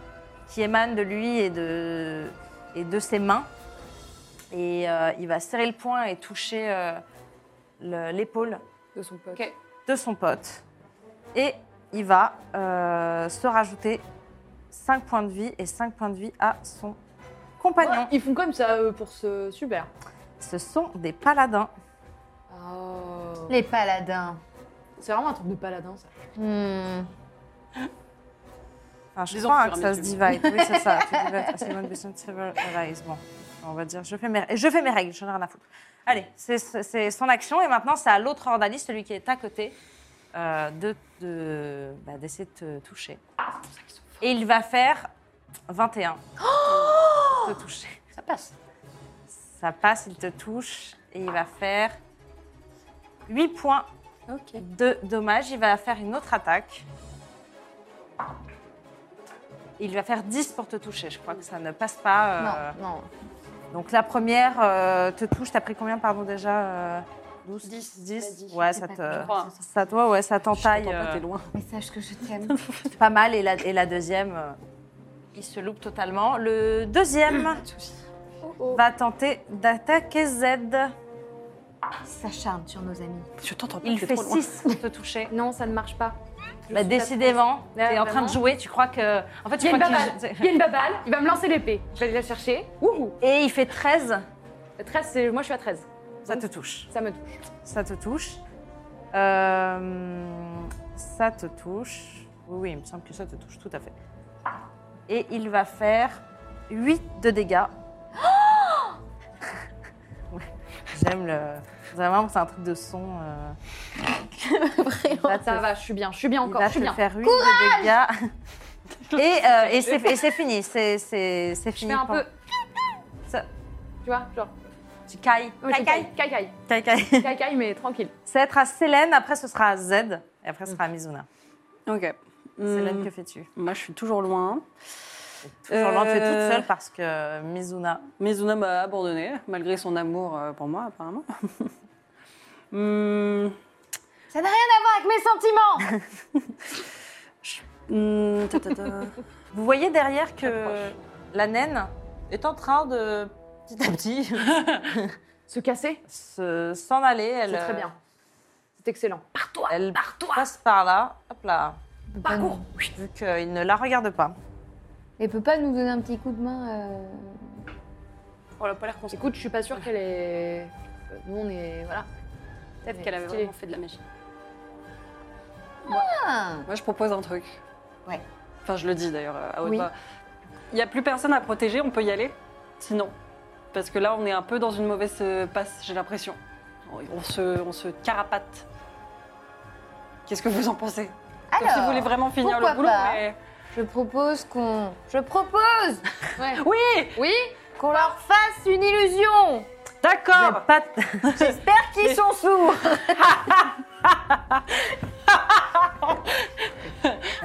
Speaker 1: qui émane de lui et de, et de ses mains. Et euh, il va serrer le poing et toucher euh, le- l'épaule
Speaker 9: de son pote.
Speaker 2: Ok.
Speaker 1: de son pote. Et il va euh, se rajouter 5 points de vie et 5 points de vie à son compagnon.
Speaker 5: Ils font comme ça eux, pour ce super.
Speaker 1: Ce sont des paladins.
Speaker 3: Les paladins.
Speaker 5: Oh. C'est vraiment un truc de paladin, ça.
Speaker 3: Hmm.
Speaker 1: Enfin, je
Speaker 2: Des
Speaker 1: crois hein,
Speaker 2: enfures,
Speaker 1: que ça se
Speaker 2: messieurs.
Speaker 1: divide. Oui, c'est ça. To divide a single between several allies. Bon, on va dire, je fais mes, je fais mes règles, j'en ai rien à foutre. Allez, c'est- c'est c'est son action. Et maintenant, c'est à l'autre ordaliste, celui qui est à côté, euh, de- de- bah, d'essayer de, te toucher. Et il va faire 21. te toucher.
Speaker 2: Oh Ça passe.
Speaker 1: Ça passe, il te touche. Et il va faire 8 points
Speaker 2: Ok.
Speaker 1: de dommage, il va faire une autre attaque. Il va faire 10 pour te toucher, je crois que ça ne passe pas. euh,
Speaker 3: Non, non.
Speaker 1: Donc la première euh, te touche, t'as pris combien, pardon, déjà euh, 12
Speaker 2: 10,
Speaker 1: 10
Speaker 2: t'as dit.
Speaker 1: Ouais, ça
Speaker 3: pas
Speaker 1: te.
Speaker 3: grave.
Speaker 2: Trois.
Speaker 1: Ça, toi, ouais, ça
Speaker 7: Je
Speaker 1: t'entaille
Speaker 7: t'entends pas,
Speaker 1: euh,
Speaker 7: t'es loin.
Speaker 3: Mais sache que je t'aime.
Speaker 1: pas, mal. Et la, et la deuxième, euh, il se loupe totalement. Le deuxième
Speaker 3: Oh,
Speaker 1: va tenter d'attaquer Z. Bah,
Speaker 3: Il s'acharne sur nos amis.
Speaker 7: Je t'entends pas,
Speaker 1: Il
Speaker 7: t'es
Speaker 1: fait
Speaker 7: trop loin.
Speaker 1: 6 pour te toucher.
Speaker 3: Non, ça ne marche pas.
Speaker 1: Bah, décidément,
Speaker 5: Là,
Speaker 1: t'es en train
Speaker 5: vraiment.
Speaker 1: de jouer, tu crois que. En fait, tu
Speaker 5: Il y a
Speaker 1: crois
Speaker 5: une
Speaker 1: qu'il.
Speaker 5: baballe. Il y a une baballe. Il va me lancer l'épée. Je vais aller la chercher. Wouhou.
Speaker 1: Et il fait 13.
Speaker 5: 13, c'est- moi je suis à 13.
Speaker 1: Ça te touche.
Speaker 5: Ça me touche.
Speaker 1: Ça te touche. Euh, ça te touche. Oui, oui, il me semble que ça te touche, tout à fait. Et il va faire 8 de dégâts. Ouais, J'aime le. Vraiment, c'est un truc de son. euh. Il va te-
Speaker 5: Bah, Ça va, je suis bien. Je suis bien
Speaker 1: il
Speaker 5: encore.
Speaker 1: va
Speaker 5: Je suis
Speaker 1: te
Speaker 5: bien.
Speaker 1: faire 8 de dégâts. Et, euh, et c'est et c'est fini. C'est c'est- c'est
Speaker 5: Je
Speaker 1: fini.
Speaker 5: fais un
Speaker 1: pour-
Speaker 5: peu.
Speaker 1: Ça-
Speaker 5: Tu vois, genre.
Speaker 1: Tu cailles.
Speaker 5: Oui, je caille, caille, caille,
Speaker 1: Caille, caille.
Speaker 5: caille, caille, mais tranquille.
Speaker 1: Ça va être à Célène, après ce sera à Z, et après ce sera à Mizuna.
Speaker 7: Ok.
Speaker 1: Célène,
Speaker 7: Hmm,
Speaker 1: que fais-tu
Speaker 7: Moi, je suis toujours loin.
Speaker 1: Toujours l'en fait
Speaker 7: Euh,
Speaker 1: toute seule parce que Mizuna.
Speaker 7: Mizuna m'a abandonné, malgré son amour euh, pour moi, apparemment. Hmm,
Speaker 3: Ça n'a rien à voir avec mes sentiments
Speaker 7: hmm, ta, ta, ta.
Speaker 1: Vous voyez derrière que la naine est en train de petit à petit
Speaker 5: Se casser,
Speaker 1: se- s'en aller. Elle, euh,
Speaker 5: c'est très bien. C'est excellent.
Speaker 1: Elle passe par là. Hop là.
Speaker 3: Parcours
Speaker 1: Vu qu'il ne la regarde pas.
Speaker 3: Elle peut pas nous donner un petit coup de main euh,
Speaker 2: Oh, elle a pas l'air qu'on s'écoute.
Speaker 5: Écoute, je suis pas sûre qu'elle est. euh, Nous, on est. Voilà.
Speaker 2: Peut-être
Speaker 5: Mais
Speaker 2: qu'elle avait
Speaker 5: stylé.
Speaker 2: vraiment fait de la magie.
Speaker 3: ah,
Speaker 7: Moi, je propose un truc.
Speaker 3: Ouais.
Speaker 7: Enfin, je le dis d'ailleurs euh, à haute
Speaker 3: Oui.
Speaker 7: voix. Il n'y a plus personne à protéger, on peut y aller Sinon. Parce que là, on est un peu dans une mauvaise euh, passe, j'ai l'impression. On- On se, on se carapate. Qu'est-ce que vous en pensez Comme si vous voulez vraiment finir le
Speaker 3: pourquoi
Speaker 7: boulot.
Speaker 3: pas
Speaker 7: mais-
Speaker 3: Je propose qu'on. Je propose
Speaker 7: Oui
Speaker 3: Oui Qu'on leur fasse une illusion
Speaker 1: Vous
Speaker 7: D'accord
Speaker 1: êtes pas-
Speaker 3: J'espère qu'ils sont sourds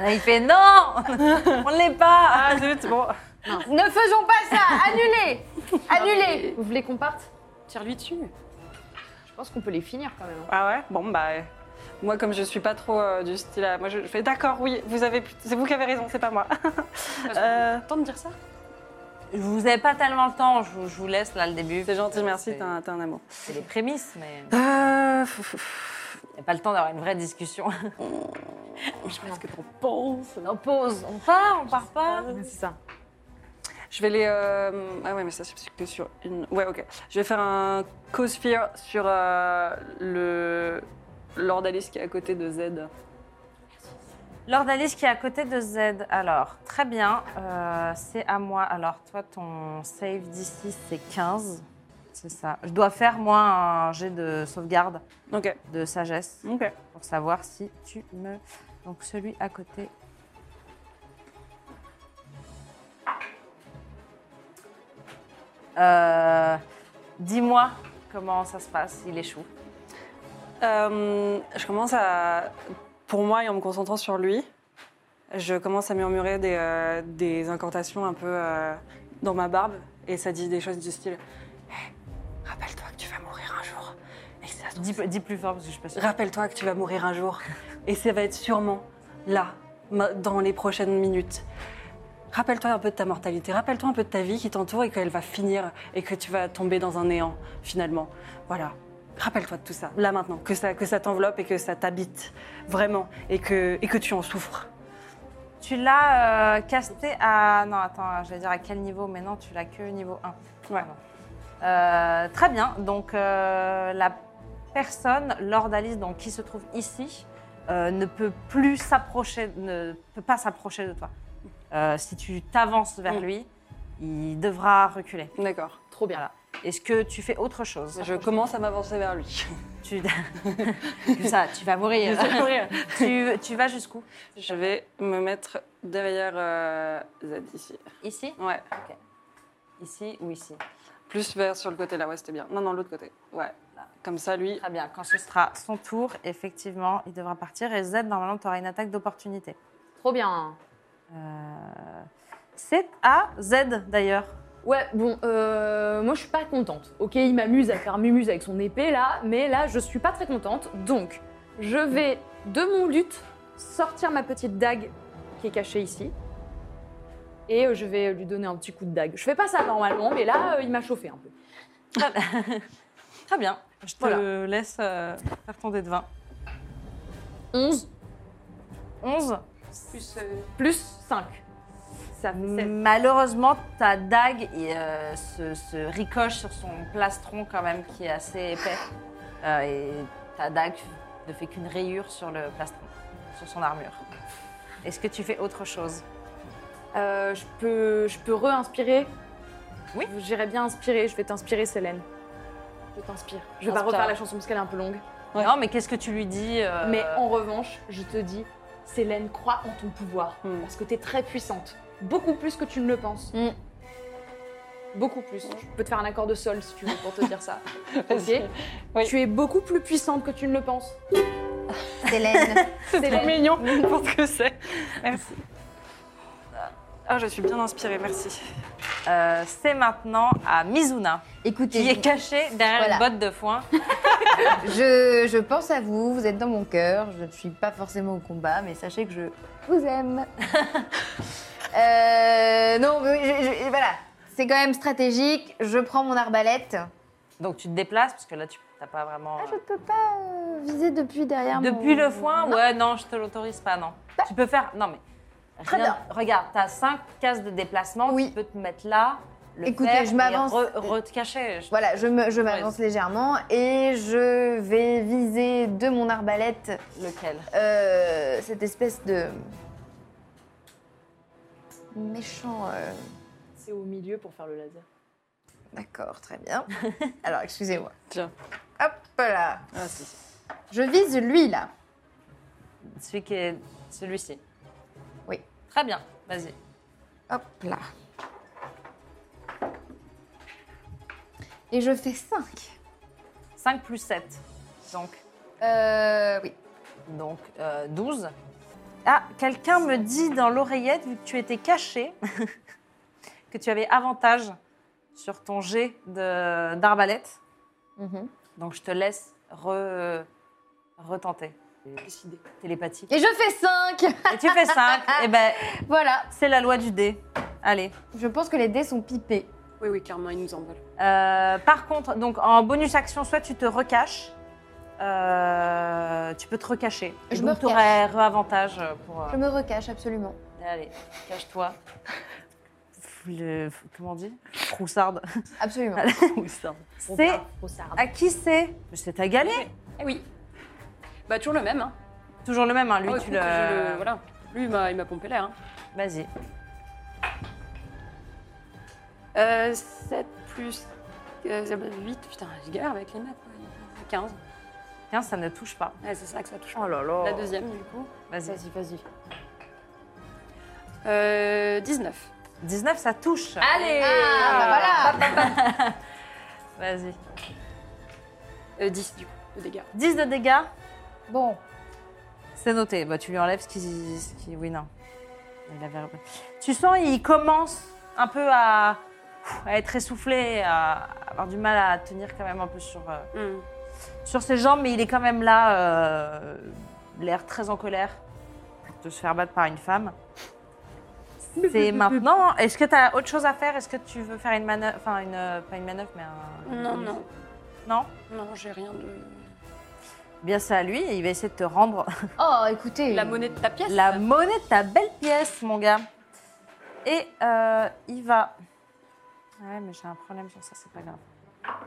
Speaker 1: Il fait non On ne l'est pas
Speaker 7: Ah zut, bon.
Speaker 3: Ne faisons pas ça Annulez Annulez
Speaker 5: Vous voulez qu'on parte
Speaker 2: Tire-lui dessus.
Speaker 5: Je pense qu'on peut les finir quand même.
Speaker 7: Ah ouais Bon, bah. euh, Moi, comme je suis pas trop euh, du style à. Moi, je, je fais d'accord, oui, vous avez. C'est vous qui avez raison, c'est pas moi. Euh,
Speaker 2: Tant de dire ça
Speaker 1: Je vous ai pas tellement le temps, je vous, je vous laisse là le début.
Speaker 7: c'est gentil, merci,
Speaker 1: C'est-
Speaker 7: t'es un, t'es un amour.
Speaker 1: C'est les prémices, mais
Speaker 7: Euh, fou, fou, fou.
Speaker 1: il n'y a pas le temps d'avoir une vraie discussion.
Speaker 7: Qu'est-ce que t'en penses
Speaker 1: On pause, on part, on part pas.
Speaker 5: C'est ça.
Speaker 7: Je vais les. euh, Ah ouais, mais ça, c'est que sur une. Ouais, ok. Je vais faire un cause fear sur euh, le. Lord Alice qui est à côté de Z.
Speaker 1: Lord Alice qui est à côté de Z. Alors, très bien, euh, c'est à moi. Alors, toi, ton save d'ici, c'est 15. C'est ça. Je dois faire, moi, un jet de sauvegarde
Speaker 7: Ok,
Speaker 1: de sagesse.
Speaker 7: ok.
Speaker 1: pour savoir si tu me. Donc celui à côté. Euh, Dis-moi comment ça se passe, il échoue.
Speaker 7: Euh, je commence à. Pour moi, et en me concentrant sur lui, je commence à murmurer des, euh, des incantations un peu euh, dans ma barbe. Et ça dit des choses du style Hey, Rappelle-toi que tu vas mourir un jour. Et que ça se trouve,
Speaker 1: Dis, dis plus fort parce que je suis pas sûre.
Speaker 7: Rappelle-toi que tu vas mourir un jour. Et ça va être sûrement là, ma- dans les prochaines minutes. Rappelle-toi un peu de ta mortalité, rappelle-toi un peu de ta vie qui t'entoure et qu'elle va finir et que tu vas tomber dans un néant, finalement. Voilà. Rappelle-toi de tout ça, là maintenant, que ça, que ça t'enveloppe et que ça t'habite, vraiment, et que, et que tu en souffres.
Speaker 1: Tu l'as euh, casté à. Non, attends, je vais dire à quel niveau, mais non, tu l'as que niveau 1.
Speaker 7: Ouais.
Speaker 1: Euh, très bien. Donc, euh, la personne, Lord Alice, donc, qui se trouve ici, euh, ne peut plus s'approcher, ne peut pas s'approcher de toi. Euh, si tu t'avances vers
Speaker 7: Mm.
Speaker 1: lui, il devra reculer.
Speaker 7: D'accord.
Speaker 5: Trop bien.
Speaker 1: Est-ce que tu fais autre chose
Speaker 7: Je commence à m'avancer vers lui.
Speaker 1: tu... Comme ça, tu vas mourir. tu, tu vas jusqu'où
Speaker 7: Je vais me mettre derrière euh, Z ici.
Speaker 1: Ici
Speaker 7: Ouais.
Speaker 1: Ici ou ici
Speaker 7: Plus vers sur le côté là, ouais, c'était bien. Non, non, l'autre côté. Ouais. Là. Comme ça, lui,
Speaker 1: Très bien. Quand ce sera son tour, effectivement, il devra partir. Et Z, normalement, tu auras une attaque d'opportunité.
Speaker 5: Trop bien.
Speaker 1: Euh, C'est à Z, d'ailleurs.
Speaker 5: Ouais, bon, euh, moi je suis pas contente. Ok, il m'amuse à faire mumuse avec son épée là, mais là je suis pas très contente. Donc, je vais de mon lutte sortir ma petite dague qui est cachée ici. Et euh, je vais lui donner un petit coup de dague. Je fais pas ça normalement, mais là euh, il m'a chauffé un peu.
Speaker 1: Très bien. Je te
Speaker 5: Voilà.
Speaker 1: laisse euh, faire ton dé de 20.
Speaker 5: 11
Speaker 1: 11.
Speaker 2: euh,
Speaker 5: plus 5. Ça fait sept.
Speaker 1: Malheureusement, ta dague euh, se, se ricoche sur son plastron, quand même, qui est assez épais. Euh, et ta dague ne fait qu'une rayure sur le plastron, sur son armure. Est-ce que tu fais autre chose
Speaker 5: Euh, je peux, je peux re-inspirer.
Speaker 1: Oui.
Speaker 5: J'irai bien inspirer. Je vais t'inspirer, Célène. Je t'inspire. Je vais pas
Speaker 1: Inspire.
Speaker 5: refaire la chanson parce qu'elle est un peu longue.
Speaker 1: Non, mais qu'est-ce que tu lui dis euh,
Speaker 5: Mais en revanche, je te dis, Célène, crois en ton pouvoir.
Speaker 7: Hmm.
Speaker 5: Parce que t'es très puissante. Beaucoup plus que tu ne le penses.
Speaker 3: Hmm.
Speaker 5: Beaucoup plus. Je peux te faire un accord de sol si tu veux pour te dire ça.
Speaker 7: Vas-y.
Speaker 5: Ok
Speaker 7: Oui.
Speaker 5: Tu es beaucoup plus puissante que tu ne le penses.
Speaker 3: Célène.
Speaker 7: C'est trop
Speaker 5: Célène.
Speaker 7: mignon pour ce que c'est. Merci. Ah, je suis bien inspirée, merci.
Speaker 1: Euh, c'est maintenant à Mizuna,
Speaker 3: Écoutez,
Speaker 1: qui est cachée derrière
Speaker 3: Voilà.
Speaker 1: une botte de foin.
Speaker 3: je, je pense à vous, vous êtes dans mon cœur. Je ne suis pas forcément au combat, mais sachez que je vous aime. Euh, non, mais je- je- voilà. C'est quand même stratégique. Je prends mon arbalète.
Speaker 1: Donc tu te déplaces, parce que là, tu n'as pas vraiment...
Speaker 3: Ah, Je peux pas euh, viser depuis derrière mon- Bah.
Speaker 1: Depuis le foin Ouais, non, je te l'autorise pas, non. Tu peux faire... Non, mais...
Speaker 3: Très
Speaker 1: rien- Regarde, tu as 5 cases de déplacement,
Speaker 3: Oui.
Speaker 1: tu peux te mettre là, le
Speaker 3: Écoutez,
Speaker 1: faire
Speaker 3: je
Speaker 1: et
Speaker 3: m'avance.
Speaker 1: Re, re- te cacher. Je-
Speaker 3: Voilà, je me- je m'avance légèrement et je vais viser de mon arbalète
Speaker 1: Lequel
Speaker 3: euh, cette espèce de méchant. euh,
Speaker 5: C'est au milieu pour faire le laser.
Speaker 3: D'accord, très bien. Alors, excusez-moi.
Speaker 7: Tiens.
Speaker 3: Hop là.
Speaker 7: Ah, si, si.
Speaker 3: Je vise lui là.
Speaker 1: Celui qui est... Celui-ci.
Speaker 3: Oui.
Speaker 1: Très bien, vas-y.
Speaker 3: Hop là. Et je fais 5.
Speaker 1: 5 plus 7, donc...
Speaker 3: Euh, oui.
Speaker 1: Donc euh, 12. Ah, quelqu'un me dit dans l'oreillette, vu que tu étais caché, que tu avais avantage sur ton jet de- d'arbalète.
Speaker 3: Mhm.
Speaker 1: Donc je te laisse re- retenter. Télépathie.
Speaker 3: Et je fais 5
Speaker 1: Et tu fais 5. et ben,
Speaker 3: Voilà,
Speaker 1: c'est la loi du dé. Allez.
Speaker 3: je pense que les dés sont pipés.
Speaker 7: Oui, oui, carrément, il nous envole.
Speaker 1: Euh, par contre, donc en bonus action, soit tu te recaches, euh, tu peux te recacher. Et
Speaker 3: Je
Speaker 1: donc,
Speaker 3: me
Speaker 1: t'aurais re-avantage pour. euh,
Speaker 3: Je me recache absolument.
Speaker 1: Allez, cache-toi. Le- comment on dit Froussarde.
Speaker 3: Absolument.
Speaker 1: Froussarde. C'est à qui c'est C'est à Galet.
Speaker 2: Eh oui. Bah, toujours le même. Hein.
Speaker 1: Toujours le même, hein, lui,
Speaker 2: Ah,
Speaker 1: tu
Speaker 2: écoute,
Speaker 1: le.
Speaker 2: je le- Voilà. Lui, il m'a il m'a pompé l'air. Hein.
Speaker 1: Vas-y.
Speaker 2: 7 Euh, plus 8, putain, je galère avec les maths. quoi. 15.
Speaker 1: Tiens, ça ne touche pas.
Speaker 2: Ouais, c'est ça que ça touche.
Speaker 1: Oh là là.
Speaker 2: La deuxième, du coup.
Speaker 1: Vas-y.
Speaker 3: vas-y.
Speaker 2: Euh, 19.
Speaker 1: 19, ça touche.
Speaker 3: Allez Ah, bah voilà
Speaker 1: Vas-y.
Speaker 2: Euh, 10, du coup, de dégâts.
Speaker 1: 10 de dégâts.
Speaker 3: Bon,
Speaker 1: C'est noté. Bah, tu lui enlèves ce qui, ce qui- Oui, non. Il avait- Tu sens, il commence un peu à, à être essoufflé, à avoir du mal à tenir quand même un peu sur, euh,
Speaker 2: Hmm.
Speaker 1: sur ses jambes, mais il est quand même là, euh, l'air très en colère de se faire battre par une femme. C'est maintenant. Est-ce que tu as autre chose à faire Est-ce que tu veux faire une manœuvre Enfin, une, euh, pas une manœuvre, mais un.
Speaker 2: Non, non.
Speaker 1: Non
Speaker 2: Non, j'ai rien de.
Speaker 1: Bien, c'est à lui. Il va essayer de te rendre
Speaker 3: oh écoutez,
Speaker 2: La monnaie de ta pièce
Speaker 1: La monnaie de ta belle pièce, mon gars. Et euh, il va. Ouais, mais j'ai un problème sur ça, c'est pas grave.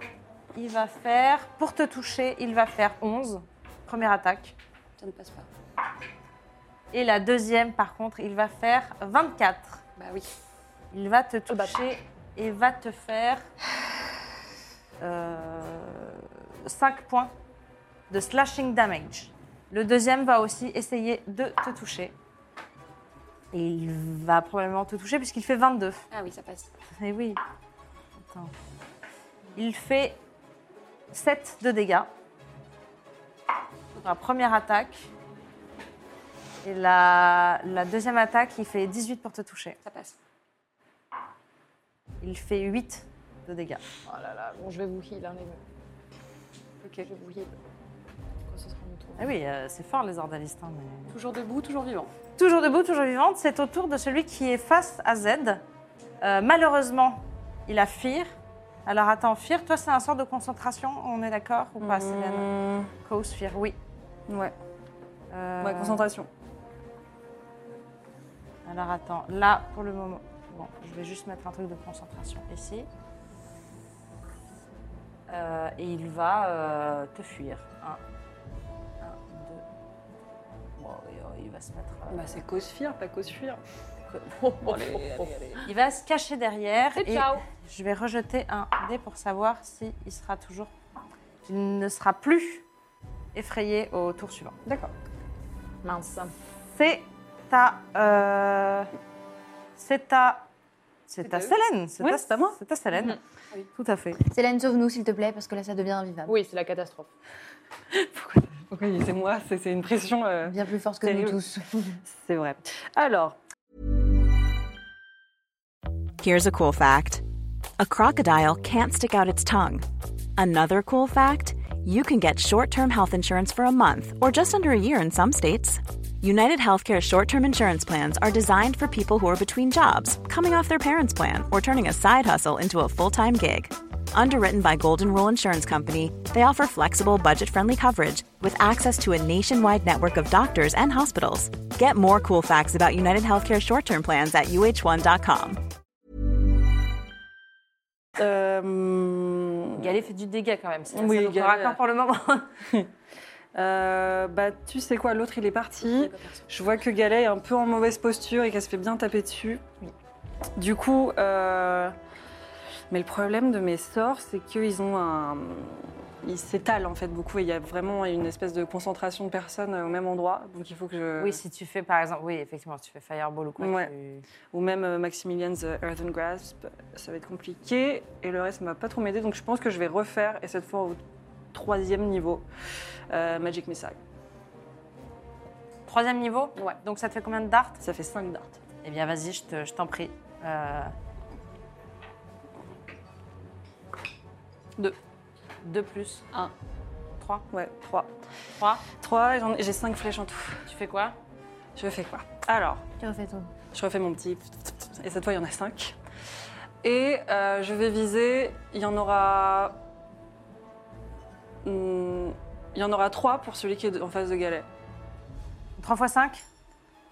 Speaker 1: Il va faire. Pour te toucher, il va faire 11. Première attaque.
Speaker 2: Ça ne passe pas.
Speaker 1: Et la deuxième, par contre, il va faire 24.
Speaker 2: Bah oui.
Speaker 1: Il va te toucher et va te faire. 5 points de slashing damage. Le deuxième va aussi essayer de te toucher. Et il va probablement te toucher puisqu'il fait 22.
Speaker 2: Ah oui, ça passe.
Speaker 1: Eh oui. Attends. Il fait 7 de dégâts. Pour la première attaque. Et la, la deuxième attaque, il fait 18 pour te toucher.
Speaker 2: Ça passe.
Speaker 1: Il fait 8 de dégâts.
Speaker 5: Oh là là, bon, je vais vous heal, hein, les meufs.
Speaker 2: Ok, je
Speaker 5: Vous heal. Quand ce sera mon tour.
Speaker 1: Ah oui, euh, c'est fort les ordalistes. hein, mais-
Speaker 2: Toujours debout, toujours vivant.
Speaker 1: Toujours debout, toujours vivante, c'est au tour de celui qui est face à Z. Euh, malheureusement, il a Fear. Alors attends, Fear, toi c'est un sort de concentration, on est d'accord ou
Speaker 2: Mm-hmm.
Speaker 1: pas, Célène
Speaker 10: Mmh.
Speaker 1: Cause Fear, oui.
Speaker 10: Ouais.
Speaker 1: Euh,
Speaker 10: Ouais, concentration.
Speaker 1: Alors attends, là pour le moment, bon, je vais juste mettre un truc de concentration ici. Euh, et il va euh, te fuir. Un, un, deux. Bon, et, euh, il va se mettre. euh,
Speaker 7: Bah, c'est cause fire, pas cause fuir.
Speaker 1: Il va se cacher derrière.
Speaker 5: Et ciao.
Speaker 1: Je vais rejeter un dé pour savoir si il sera toujours. Il ne sera plus effrayé au tour suivant.
Speaker 7: D'accord.
Speaker 5: Mince.
Speaker 1: C'est ta. euh, c'est ta. C'est ta
Speaker 7: à eux.
Speaker 1: Célène. C'est Mhm.
Speaker 7: Oui,
Speaker 1: ta-
Speaker 7: c'est à moi.
Speaker 1: C'est ta Célène.
Speaker 2: Oui.
Speaker 1: Tout à fait.
Speaker 3: Célène, sauve-nous s'il te plaît, parce que là ça devient invivable.
Speaker 5: Oui, c'est la catastrophe.
Speaker 7: Ok, c'est moi, c'est c'est une pression. euh,
Speaker 3: Bien plus forte que
Speaker 7: Terrible.
Speaker 3: nous tous.
Speaker 7: c'est vrai. Alors,
Speaker 11: Here's a cool fact a crocodile can't stick out its tongue. Another cool fact you can get short term health insurance for a month or just under a year in some states. United Healthcare short term insurance plans are designed for people who are between jobs, coming off their parents' plan, or turning a side hustle into a full time gig. Underwritten by Golden Rule Insurance Company, they offer flexible, budget friendly coverage with access to a nationwide network of doctors and hospitals. Get more cool facts about United Healthcare short term plans at uh1.com.
Speaker 7: euh,
Speaker 1: Galet fait du dégât quand même. C'est
Speaker 7: Oui,
Speaker 1: c'est donc
Speaker 7: Galet,
Speaker 1: au raccord
Speaker 7: euh,
Speaker 1: pour le moment.
Speaker 7: euh, bah, tu sais quoi, l'autre il est parti. Je vois que Galet est un peu en mauvaise posture et qu'elle se fait bien taper dessus. Du coup, euh, mais le problème de mes sorts, c'est qu'ils ont un. Ils s'étalent en fait beaucoup et il y a vraiment une espèce de concentration de personnes au même endroit. Donc il faut que je.
Speaker 1: Oui, si tu fais par exemple. Oui, effectivement, si tu fais Fireball ou quoi.
Speaker 7: Ouais.
Speaker 1: tu-
Speaker 7: Ou même euh, Maximilian's euh, Earthen Grasp, ça va être compliqué. Et le reste ne m'a pas trop m'aider, donc je pense que je vais refaire, et cette fois au troisième niveau, euh, Magic Missile.
Speaker 1: Troisième niveau Ouais. Donc ça te fait combien de darts
Speaker 7: Ça fait 5 darts.
Speaker 1: Eh bien, vas-y, je te- je t'en prie. Euh,
Speaker 7: Deux.
Speaker 1: Deux plus.
Speaker 7: Un.
Speaker 1: Trois.
Speaker 7: Ouais, trois.
Speaker 1: Trois.
Speaker 7: Trois, et j'en ai- j'ai cinq flèches en tout.
Speaker 1: Tu fais quoi
Speaker 7: Je fais quoi Alors,
Speaker 3: Tu refais ton.
Speaker 7: je refais mon petit... Et cette fois, il y en a cinq. Et euh, je vais viser... Il y en aura... Hmm, Il y en aura trois pour celui qui est en face de Galet.
Speaker 1: 3 x 5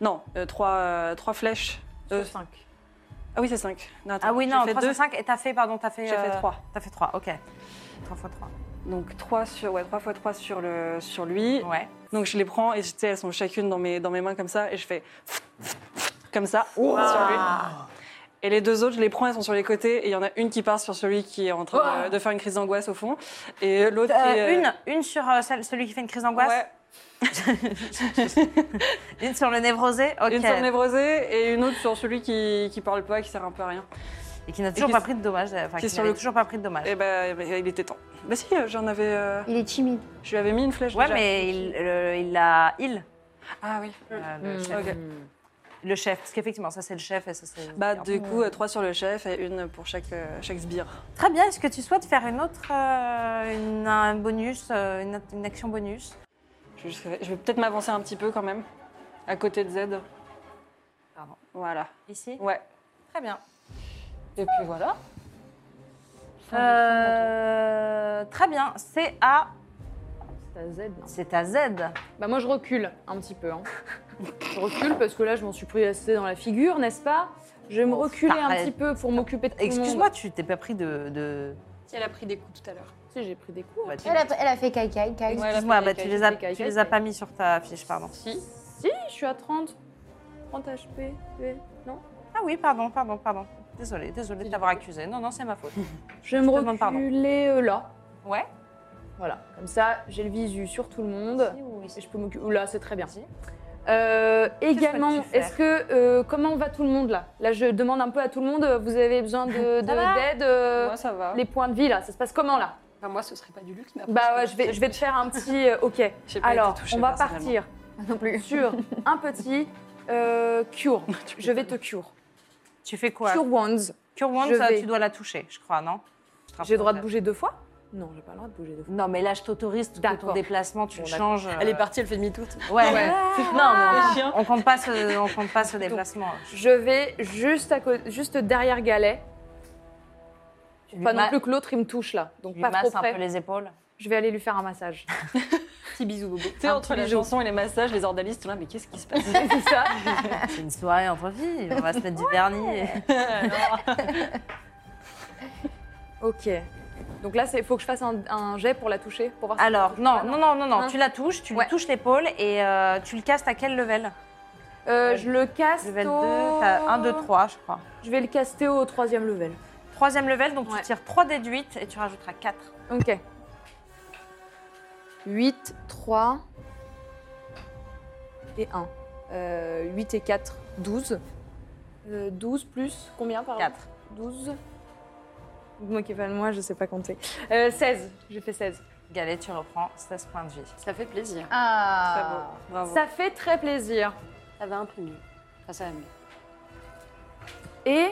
Speaker 7: Non, euh, trois, euh, trois flèches. Euh,
Speaker 1: 5.
Speaker 7: ah oui, c'est cinq. Non, attends,
Speaker 1: Ah oui,
Speaker 7: j'ai
Speaker 1: non,
Speaker 7: fait
Speaker 1: 3
Speaker 7: deux.
Speaker 1: x 5. Et t'as fait, pardon, t'as fait.
Speaker 7: J'ai fait
Speaker 1: euh,
Speaker 7: trois.
Speaker 1: T'as fait 3, ok. 3 x 3.
Speaker 7: Donc 3 sur ouais, trois fois 3 sur le sur lui.
Speaker 1: Ouais.
Speaker 7: Donc je les prends et tu sais, elles sont chacune dans mes dans mes mains comme ça et je fais comme ça sur lui. Et les deux autres, je les prends, elles sont sur les côtés et il y en a une qui part sur celui qui est en train de- de, faire une crise d'angoisse au fond et l'autre
Speaker 1: Euh,
Speaker 7: qui est-
Speaker 1: une, une sur euh, celle- celui qui fait une crise d'angoisse
Speaker 7: Ouais,
Speaker 1: Une sur le névrosé Ok.
Speaker 7: une sur névrosée et une autre sur celui qui qui parle pas, qui sert un peu à rien.
Speaker 1: Et qui n'a toujours
Speaker 7: qui-
Speaker 1: pas pris de dommages. euh, Enfin,
Speaker 7: qui
Speaker 1: qui
Speaker 7: est sur
Speaker 1: n'avait
Speaker 7: le-
Speaker 1: toujours pas pris de dommages.
Speaker 7: Et ben il était temps. Bah si, j'en avais euh,
Speaker 3: Il est timide.
Speaker 7: je lui avais mis une flèche
Speaker 1: Ouais,
Speaker 7: déjà.
Speaker 1: mais il, le- il a il,
Speaker 7: Ah oui.
Speaker 1: euh, le, chef.
Speaker 7: OK.
Speaker 1: Le chef, parce qu'effectivement, ça c'est le chef et ça c'est.
Speaker 7: Bah du coup, 3 sur le chef et une pour chaque euh, chaque sbire.
Speaker 1: Très bien, est-ce que tu souhaites faire une autre, euh, une, un bonus, euh, une, une action bonus
Speaker 7: Je vais, jusqu'à- je vais peut-être m'avancer un petit peu quand même, à côté de Z.
Speaker 1: Pardon.
Speaker 7: Voilà.
Speaker 1: ici
Speaker 7: Ouais.
Speaker 1: Très bien.
Speaker 7: Et puis voilà.
Speaker 1: Euh, très bien, c'est à,
Speaker 5: C'est à Z. là.
Speaker 1: c'est à Z.
Speaker 5: Bah moi je recule un petit peu. hein. Je recule parce que là je m'en suis pris assez dans la figure, n'est-ce pas Je vais me
Speaker 1: Oh,
Speaker 5: reculer un
Speaker 1: t'arrêtes.
Speaker 5: petit peu pour m'occuper de tout le monde.
Speaker 1: Excuse-moi, tu t'es pas pris de. de...
Speaker 7: Elle a pris des coups tout à l'heure.
Speaker 5: Si, j'ai pris des coups.
Speaker 1: bah, tu-
Speaker 3: Elle a, elle a fait caille-caille, caille.
Speaker 7: Ouais.
Speaker 1: Excuse-moi,
Speaker 7: la
Speaker 1: bah, tu
Speaker 7: caille,
Speaker 1: les as,
Speaker 5: caille, caille,
Speaker 1: tu les
Speaker 5: caille.
Speaker 1: as pas mis sur ta fiche, pardon.
Speaker 7: Si.
Speaker 5: Si, je suis à 30. 30 HP. ouais. Non
Speaker 1: Ah oui, pardon, pardon, pardon. Désolée, désolée de t'avoir accusé. Non, non, c'est ma faute.
Speaker 5: Je vais me
Speaker 1: te demande pardon.
Speaker 5: reculer euh, là.
Speaker 1: Ouais.
Speaker 5: Voilà, comme ça j'ai le visu sur tout le monde.
Speaker 1: ou
Speaker 5: Et je peux m'occuper. Ouh Là, c'est très bien. Euh, également,
Speaker 1: souhaites-tu faire
Speaker 5: est-ce que euh, comment va tout le monde là Là, je demande un peu à tout le monde. euh, Vous avez besoin de de- d'aide euh,
Speaker 7: Moi ça va.
Speaker 5: Les points de vie là, ça se passe comment là
Speaker 7: Enfin, moi ce serait pas du luxe, mais après,
Speaker 5: Bah
Speaker 7: c'est
Speaker 5: ouais,
Speaker 7: pas-
Speaker 5: je vais, je vais te faire un petit. euh, ok.
Speaker 7: J'ai pas été
Speaker 5: Alors,
Speaker 7: touchée
Speaker 5: on va
Speaker 7: personnellement.
Speaker 5: partir
Speaker 3: Non plus.
Speaker 5: sur un petit euh, cure. Je vais te cure.
Speaker 1: Tu fais quoi
Speaker 5: Cure wands.
Speaker 1: Cure Wand,
Speaker 5: Je
Speaker 1: ça,
Speaker 5: vais.
Speaker 1: tu dois la toucher, je crois, non Je te
Speaker 5: J'ai le droit de
Speaker 1: rappelle.
Speaker 5: bouger deux fois Non, j'ai pas le droit de bouger deux fois.
Speaker 1: Non, mais là, je t'autorise tout
Speaker 5: D'accord.
Speaker 1: ton déplacement, tu le
Speaker 7: d'accord.
Speaker 1: changes. euh,
Speaker 7: Elle est partie, elle fait demi-tour.
Speaker 1: Ouais.
Speaker 5: Ouais.
Speaker 1: Non,
Speaker 7: Les
Speaker 1: mais
Speaker 7: chiens.
Speaker 1: on, on compte pas ce, on compte pas ce déplacement.
Speaker 5: Je vais juste, à côté, juste derrière Galet.
Speaker 1: Tu lui
Speaker 5: Pas non
Speaker 1: ma-
Speaker 5: plus que l'autre, il me touche là. Donc
Speaker 1: tu lui
Speaker 5: pas trop
Speaker 1: masses un
Speaker 5: près.
Speaker 1: peu les épaules.
Speaker 5: Je vais aller lui faire un massage.
Speaker 7: Petit bisou bobo. Tu sais,
Speaker 5: Un
Speaker 7: entre
Speaker 5: petit
Speaker 7: les
Speaker 5: bisou.
Speaker 7: chansons et les massages, les ordalistes, là, mais qu'est-ce qui se passe
Speaker 5: C'est ça.
Speaker 1: C'est une soirée entre filles, on va se mettre du vernis.
Speaker 5: Ok. Donc là, il faut que je fasse un, un jet pour la toucher. Pour voir si
Speaker 1: Alors,
Speaker 5: elle me touche
Speaker 1: non,
Speaker 5: pas,
Speaker 1: non, non, non, non,
Speaker 5: Hein
Speaker 1: tu la touches, tu
Speaker 5: Ouais.
Speaker 1: lui touches l'épaule et euh, tu le castes à quel level
Speaker 5: Euh, je le casse.
Speaker 1: Level 2,
Speaker 5: au-
Speaker 1: t'as 1, 2, 3, je crois.
Speaker 5: Je vais le caster au troisième level.
Speaker 1: Troisième level, donc
Speaker 5: Ouais.
Speaker 1: tu tires 3 déduites et tu rajouteras 4.
Speaker 5: Ok. 8, 3 et 1. 8 et 4, 12. Euh, 12 plus combien par
Speaker 1: 4.
Speaker 5: 12. Moi qui pas de moi, je sais pas compter. Euh, 16, j'ai fait 16.
Speaker 1: Galet, tu reprends 16 points de vie.
Speaker 7: Ça fait plaisir.
Speaker 3: Ah.
Speaker 7: Bravo. Ça,
Speaker 5: Ça fait très plaisir.
Speaker 7: va un peu mieux. Enfin, ça va mieux.
Speaker 5: Et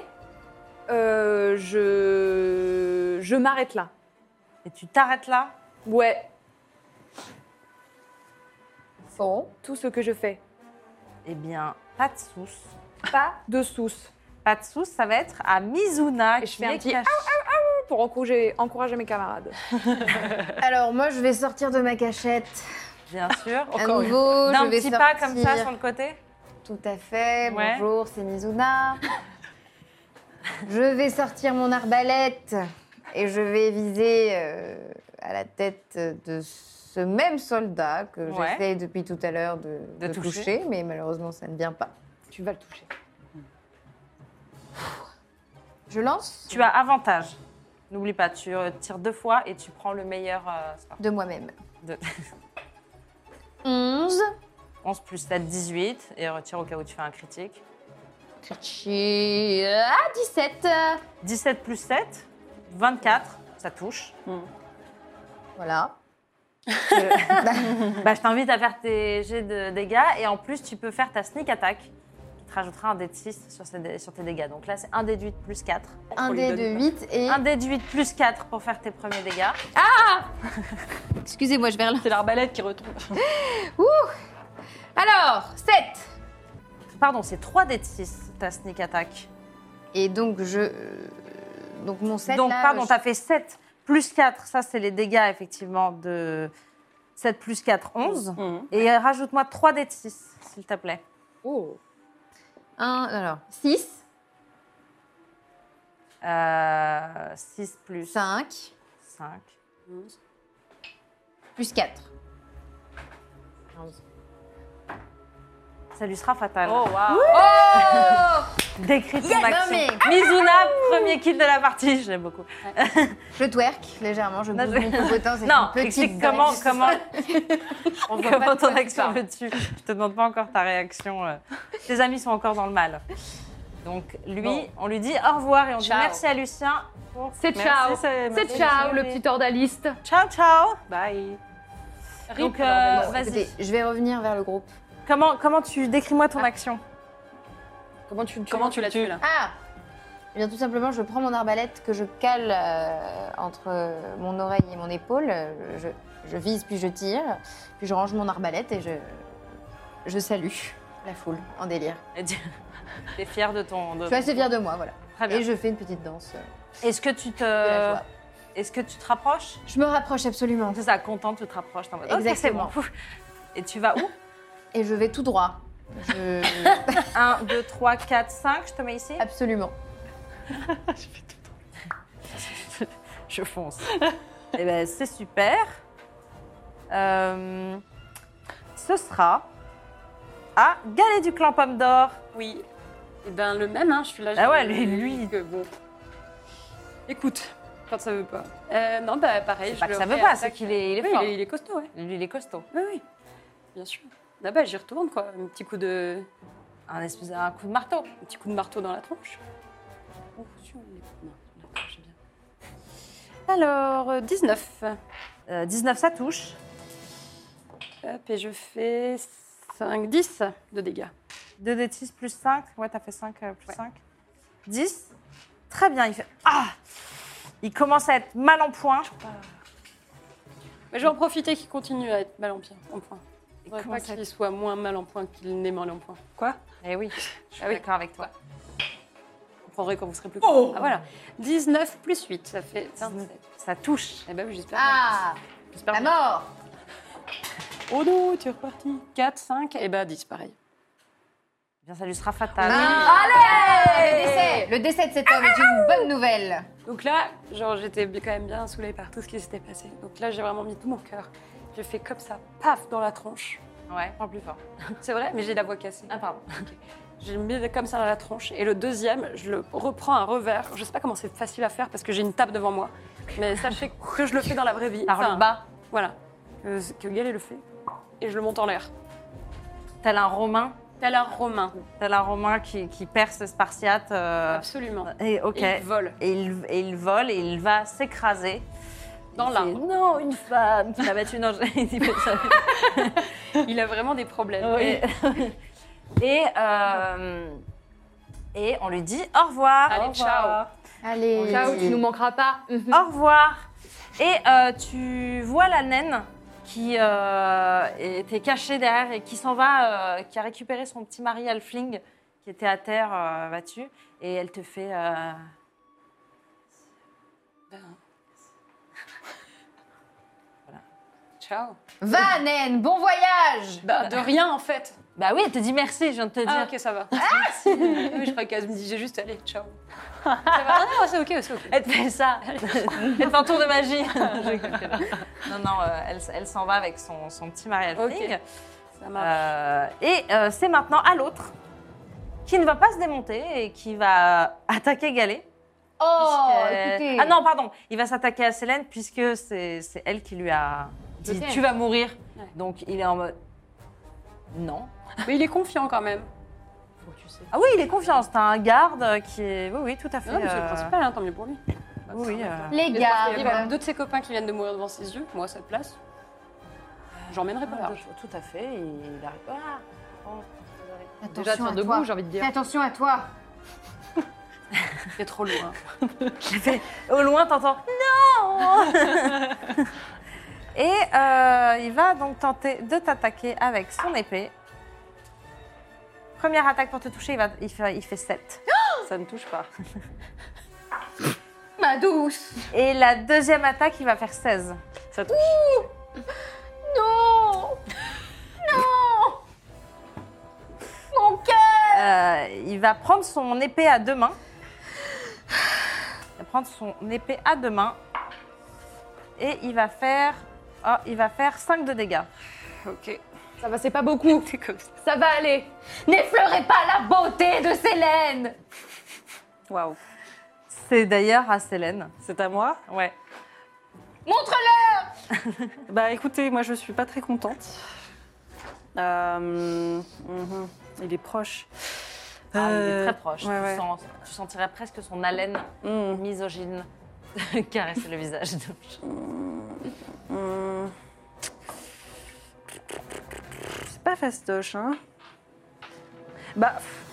Speaker 5: euh, je, je m'arrête là.
Speaker 1: Et tu t'arrêtes là
Speaker 5: Ouais,
Speaker 3: Bon.
Speaker 5: tout ce que je fais.
Speaker 1: Eh bien, pas de souce.
Speaker 5: Pas de souce.
Speaker 1: Pas de souce, ça va être à Mizuna
Speaker 5: Et je
Speaker 1: qui
Speaker 5: fais un
Speaker 1: est
Speaker 5: petit
Speaker 1: cachée.
Speaker 5: Pour encourager, encourager mes camarades.
Speaker 3: Alors moi, je vais sortir de ma cachette.
Speaker 1: Bien sûr.
Speaker 3: à nouveau,
Speaker 1: D'un
Speaker 3: je vais
Speaker 1: petit
Speaker 3: sortir.
Speaker 1: pas comme ça sur le côté
Speaker 3: Tout à fait.
Speaker 1: Ouais.
Speaker 3: Bonjour, c'est Mizuna. je vais sortir mon arbalète et je vais viser euh, à la tête de ce même soldat que
Speaker 1: Ouais.
Speaker 3: j'essaie depuis tout à l'heure de,
Speaker 1: De
Speaker 3: de
Speaker 1: toucher.
Speaker 3: toucher. mais malheureusement, ça ne vient pas.
Speaker 5: Tu vas le toucher.
Speaker 3: Je lance
Speaker 1: Tu as avantage. N'oublie pas, tu euh, tires deux fois et tu prends le meilleur euh, score.
Speaker 3: de moi-même.
Speaker 1: De-
Speaker 3: 11.
Speaker 1: 11 plus 7, 18. Et retire au cas où tu fais un critique.
Speaker 3: Critique. Ah, 17.
Speaker 1: 17 plus 7, 24. Ça touche.
Speaker 3: Voilà.
Speaker 1: Bah, je t'invite à faire tes jets de dégâts. Et en plus, tu peux faire ta sneak attack. Qui te te rajouteras un dé de 6 sur, ces dé- sur tes dégâts. Donc là, c'est un dé de 8 plus 4.
Speaker 3: Un dé de 8 et.
Speaker 1: Un dé de 8 plus 4 pour faire tes premiers dégâts.
Speaker 3: Excusez-moi, je vais relancer.
Speaker 2: C'est l'arbalète qui retombe.
Speaker 3: Alors, 7
Speaker 1: Pardon, c'est 3 dés de 6, ta sneak attack.
Speaker 3: Et donc, je. euh, Donc, mon 7.
Speaker 1: Donc,
Speaker 3: là,
Speaker 1: pardon,
Speaker 3: je-
Speaker 1: t'as fait 7 plus 4. Ça, c'est les dégâts, effectivement, de 7 plus 4,
Speaker 3: Mm.
Speaker 1: 11. Et euh, rajoute-moi 3 dés de 6, s'il te plaît.
Speaker 3: Oh. Un, alors, 6,
Speaker 1: Euh, 6 plus
Speaker 3: 5,
Speaker 1: 5.
Speaker 3: plus 4.
Speaker 1: Ça lui sera fatal.
Speaker 2: Oh, waouh
Speaker 1: Décris ton
Speaker 3: Yes
Speaker 1: action.
Speaker 3: Non, mais-
Speaker 1: Mizuna, premier kill de la partie. Je l'aime beaucoup.
Speaker 3: Je twerk légèrement, je
Speaker 1: Non,
Speaker 3: bouge
Speaker 1: je-
Speaker 3: mon popotin, c'est
Speaker 1: Non,
Speaker 3: une petite
Speaker 1: explique
Speaker 3: blague.
Speaker 1: comment, comment,
Speaker 3: On voit pas
Speaker 1: comment
Speaker 3: de quoi
Speaker 1: ton
Speaker 3: tu
Speaker 1: action
Speaker 3: parles.
Speaker 1: le tue. Je te demande pas encore ta réaction. euh. Tes amis sont encore dans le mal. Donc, lui, on lui dit au revoir et on dit
Speaker 5: Ciao.
Speaker 1: merci à Lucien. pour-
Speaker 5: C'est
Speaker 2: Merci,
Speaker 5: ciao.
Speaker 2: c'est-
Speaker 5: C'est ciao, le petit ordaliste.
Speaker 1: Ciao, ciao.
Speaker 2: Bye.
Speaker 1: Donc, euh,
Speaker 3: Bon,
Speaker 1: vas-y.
Speaker 3: écoutez, je vais revenir vers le groupe.
Speaker 1: Comment, comment tu décris-moi ton action
Speaker 3: Comment tu le
Speaker 2: Comment tu l'as tué là
Speaker 3: Ah Eh bien, tout simplement, je prends mon arbalète que je cale euh, entre euh, mon oreille et mon épaule. euh, Je, je vise, puis je tire. Puis je range mon arbalète et je, je salue la foule en délire.
Speaker 1: T'es fier de ton. de-
Speaker 3: Je suis assez fière de moi, voilà.
Speaker 1: Très bien. Euh,
Speaker 3: Et je fais une petite danse euh,
Speaker 1: Est-ce que tu
Speaker 3: de
Speaker 1: te.
Speaker 3: la joie.
Speaker 1: Est-ce que tu te rapproches
Speaker 3: Je me rapproche absolument.
Speaker 1: C'est ça, content, tu te rapproches. t'es en mode, Ok, c'est
Speaker 3: Exactement.
Speaker 1: bon. Pouf. Et tu vas où
Speaker 3: Et je vais tout droit. Je-
Speaker 1: 1, 2, 3, 4, 5, je te mets ici
Speaker 3: absolument.
Speaker 1: Je fonce. Eh ben, c'est super. Euh, ce sera à Galet du Clan Pomme d'Or.
Speaker 2: Oui. Et ben le même, hein, je suis là.
Speaker 1: Ah
Speaker 2: je-
Speaker 1: ouais, lui- lui.
Speaker 2: que bon. Écoute, quand ça veut pas. Euh, non, bah pareil.
Speaker 1: C'est pas
Speaker 2: je
Speaker 1: que
Speaker 2: le
Speaker 1: ça veut pas, c'est
Speaker 2: réattaque.
Speaker 1: qu'il est, il est
Speaker 2: Oui,
Speaker 1: fort.
Speaker 2: il, est, il est costaud, ouais.
Speaker 1: Lui, il est costaud.
Speaker 2: Oui, oui. Bien sûr. Ah bah j'y retourne quoi. Un petit coup de,
Speaker 1: Un, espèce, un coup de marteau.
Speaker 2: un petit coup de marteau dans la tronche. Oh, sur les- non, d'accord, j'ai bien. Alors, euh, 19.
Speaker 1: Euh, 19, ça touche.
Speaker 2: Hop, et je fais 5, 10 de dégâts.
Speaker 1: 2 d 6 plus 5. Ouais, t'as fait 5 plus 5. 10. Très bien, il fait... Ah Il commence à être mal en point.
Speaker 2: Mais je vais en profiter qu'il continue à être mal en point. En point.
Speaker 1: Il
Speaker 2: Faudrait pas
Speaker 1: commence à être-
Speaker 2: qu'il soit moins mal en point qu'il n'est mal en point. Quoi
Speaker 1: Eh oui, je suis
Speaker 2: Ah oui.
Speaker 1: d'accord avec toi.
Speaker 2: Vous comprendrez quand vous serez plus grand. Ah voilà. 19 plus 8, ça fait 27.
Speaker 1: Ça touche.
Speaker 2: Eh ben oui, j'espère.
Speaker 3: Ah
Speaker 2: bien.
Speaker 3: La
Speaker 2: J'espère bien.
Speaker 3: mort
Speaker 2: Oh non, tu es reparti. 4, 5, et ben 10, pareil.
Speaker 1: Eh Bien, ça lui sera fatal.
Speaker 3: Ah, Le décès Le décès de cet homme est une bonne nouvelle.
Speaker 2: Donc là, genre, j'étais bi- quand même bien saoulée par tout ce qui s'était passé. Donc là, j'ai vraiment mis tout mon cœur. Je fais comme ça, paf, dans la tronche.
Speaker 1: Ouais, Ah. prends plus fort.
Speaker 2: C'est vrai, mais j'ai la voix cassée.
Speaker 1: Ah, pardon.
Speaker 2: J'ai mis comme ça dans la tronche. Et le deuxième, je le reprends à revers. Je sais pas comment c'est facile à faire parce que j'ai une table devant moi. Mais sachez que je le fais dans la vraie vie.
Speaker 1: Par
Speaker 2: Enfin,
Speaker 1: le bas.
Speaker 2: Voilà. Que, que Gaël le fait. Et je le monte en l'air.
Speaker 1: Tel un Romain,
Speaker 2: Tel un Romain.
Speaker 1: tel un Romain qui, qui perce Spartiate. euh,
Speaker 2: Absolument.
Speaker 1: et ok.
Speaker 2: Et il vole.
Speaker 1: Et il, et il vole et il va s'écraser.
Speaker 2: Dans
Speaker 1: Il
Speaker 2: l'arbre.
Speaker 1: fait, Non, une femme qui m'a battu. Non, je- il dit pas ça.
Speaker 2: Il a vraiment des problèmes.
Speaker 1: Et, et, euh, et on lui dit au revoir.
Speaker 2: Allez,
Speaker 1: au revoir.
Speaker 3: Allez.
Speaker 5: Ciao, tu nous manqueras pas. Mhm.
Speaker 1: Au revoir. Et euh, tu vois la naine qui euh, était cachée derrière et qui s'en va, euh, qui a récupéré son petit mari Alfling qui était à terre euh, battu. Et elle te fait. euh,
Speaker 2: Ciao.
Speaker 3: Va, naine, bon voyage
Speaker 2: Bah, de rien en fait.
Speaker 1: Bah oui, elle te dit merci, je viens de te
Speaker 2: Ah,
Speaker 1: dire.
Speaker 2: ok, ça va. Oui, je crois qu'elle me disait juste allez, ciao. ça va Ah, non, c'est ok, c'est ok.
Speaker 1: Elle te fait ça. Elle te fait un tour de magie. Je rigole. non, non, euh, elle, elle s'en va avec son, son petit mari Alfling.
Speaker 2: Ok. Ça marche.
Speaker 1: Euh, et euh, c'est maintenant à l'autre qui ne va pas se démonter et qui va attaquer Galet.
Speaker 3: Oh,
Speaker 1: Puisque-
Speaker 3: écoutez.
Speaker 1: Ah non, pardon, il va s'attaquer à Célène puisque c'est c'est elle qui lui a dit
Speaker 5: Peut-être.
Speaker 1: tu vas mourir.
Speaker 2: Ouais.
Speaker 1: Donc il est en mode non.
Speaker 2: Mais il est confiant quand même.
Speaker 1: Ah oui, il est confiant, c'est un garde euh, qui est. Oui, oui, tout à fait.
Speaker 2: Non, mais c'est le
Speaker 1: euh,
Speaker 2: principal, hein, tant mieux pour lui. Bah,
Speaker 1: Oui, oui. euh,
Speaker 3: Les
Speaker 2: Mais je pense
Speaker 3: gars,
Speaker 2: qu'il y a quand même deux de ses copains qui viennent de mourir devant ses yeux. Moi, à cette place, j'emmènerai pas
Speaker 1: ah,
Speaker 2: large.
Speaker 1: tout à fait, il arrive. Ah, oh, désolé.
Speaker 4: Déjà,
Speaker 3: Attention
Speaker 4: tiens
Speaker 3: à
Speaker 4: debout,
Speaker 3: toi.
Speaker 4: j'ai envie de
Speaker 3: Fais
Speaker 4: dire.
Speaker 3: attention à toi.
Speaker 7: C'est trop loin.
Speaker 1: Au loin, t'entends Non Et euh, il va donc tenter de t'attaquer avec son épée. Première attaque pour te toucher, il, va, il, fait, il fait 7.
Speaker 7: Ça ne touche pas.
Speaker 3: Ma douce.
Speaker 1: Et la deuxième attaque, il va faire 16.
Speaker 7: Ça touche.
Speaker 3: Non. Non. Mon cœur.
Speaker 1: Euh, il va prendre son épée à deux mains. Il va prendre son épée à deux mains. Et il va faire. ah, il va faire 5 de dégâts.
Speaker 7: Ok.
Speaker 5: Ça va, c'est pas beaucoup. Ça va aller. N'effleurez pas la beauté de Célène.
Speaker 7: Waouh.
Speaker 1: C'est d'ailleurs à Célène.
Speaker 7: C'est à moi
Speaker 1: Ouais.
Speaker 7: Bah écoutez, moi je suis pas très contente. Euh, mhm, Il est proche.
Speaker 1: Ah, Il est
Speaker 7: Euh,
Speaker 1: très proche.
Speaker 7: ouais,
Speaker 1: tu,
Speaker 7: ouais.
Speaker 1: sens- tu sentirais presque son haleine
Speaker 7: Mhm.
Speaker 1: misogyne caresser le visage.
Speaker 7: Hmm. C'est pas fastoche, hein Bah. pff,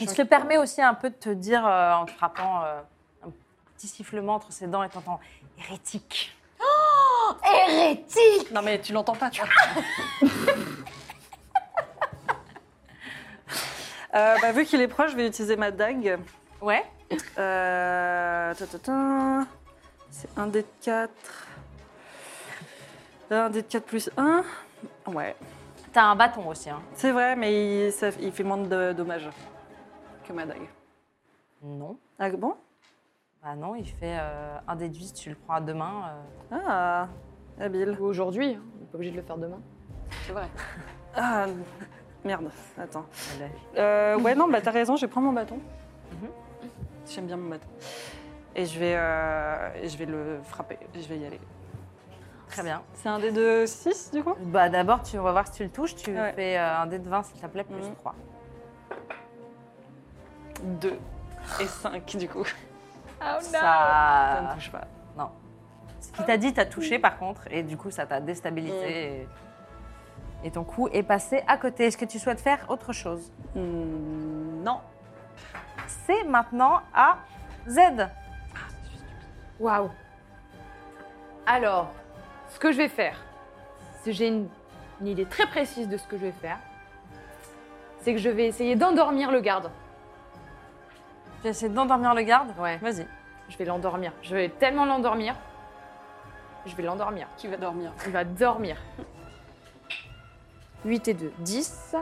Speaker 1: Il
Speaker 7: sachant
Speaker 1: se permet aussi un peu de te dire euh, en te frappant euh, un petit sifflement entre ses dents et t'entends hérétique.
Speaker 3: Hérétique.
Speaker 7: que- Non, mais tu l'entends pas, tu vois. Euh, bah, vu qu'il est proche, je vais utiliser ma dague.
Speaker 1: Ouais.
Speaker 7: Euh, ta, ta, ta. C'est un dé de 4. Un dé de 4 plus 1. Ouais.
Speaker 1: T'as un bâton aussi. Hein.
Speaker 7: C'est vrai, mais il, ça- il fait moins de dommages que ma dague.
Speaker 1: Non.
Speaker 7: Ah bon
Speaker 1: Bah non, il fait euh, un déduit, tu le prends à deux mains. euh,
Speaker 7: Ah, habile.
Speaker 4: Ou aujourd'hui, hein, on est pas obligé de le faire demain.
Speaker 2: C'est vrai.
Speaker 7: Ah, merde, attends.
Speaker 1: Voilà.
Speaker 7: Euh, ouais, non, bah t'as raison, je vais prendre mon bâton.
Speaker 1: Mhm.
Speaker 7: J'aime bien mon bâton. Et je vais, euh, et je vais le frapper, je vais y aller.
Speaker 1: Très bien.
Speaker 7: C'est un des deux 6 du coup
Speaker 1: Bah d'abord, tu on va voir si tu le touches. Tu
Speaker 7: Ouais.
Speaker 1: fais euh, un dé de 20 s'il te plaît, plus
Speaker 7: Mhm.
Speaker 1: 3.
Speaker 7: 2 et 5 du coup.
Speaker 1: Oh
Speaker 7: Ça ne
Speaker 1: Ça...
Speaker 7: touche pas.
Speaker 1: Ce qui t'a dit t'a touché par contre, et du coup, ça t'a déstabilisé. Et... et ton coup est passé à côté. Est-ce que tu souhaites faire autre chose
Speaker 7: Hmm, non.
Speaker 1: C'est maintenant à Z.
Speaker 5: Waouh. Alors, ce que je vais faire, c'est j'ai une, une idée très précise de ce que je vais faire. C'est que je vais essayer d'endormir le garde.
Speaker 1: Tu essaies d'endormir le garde Ouais. Vas-y.
Speaker 5: Je vais l'endormir. Je vais tellement l'endormir. Je vais l'endormir.
Speaker 7: Qui va dormir
Speaker 5: Il va dormir. 8 et 2, 10.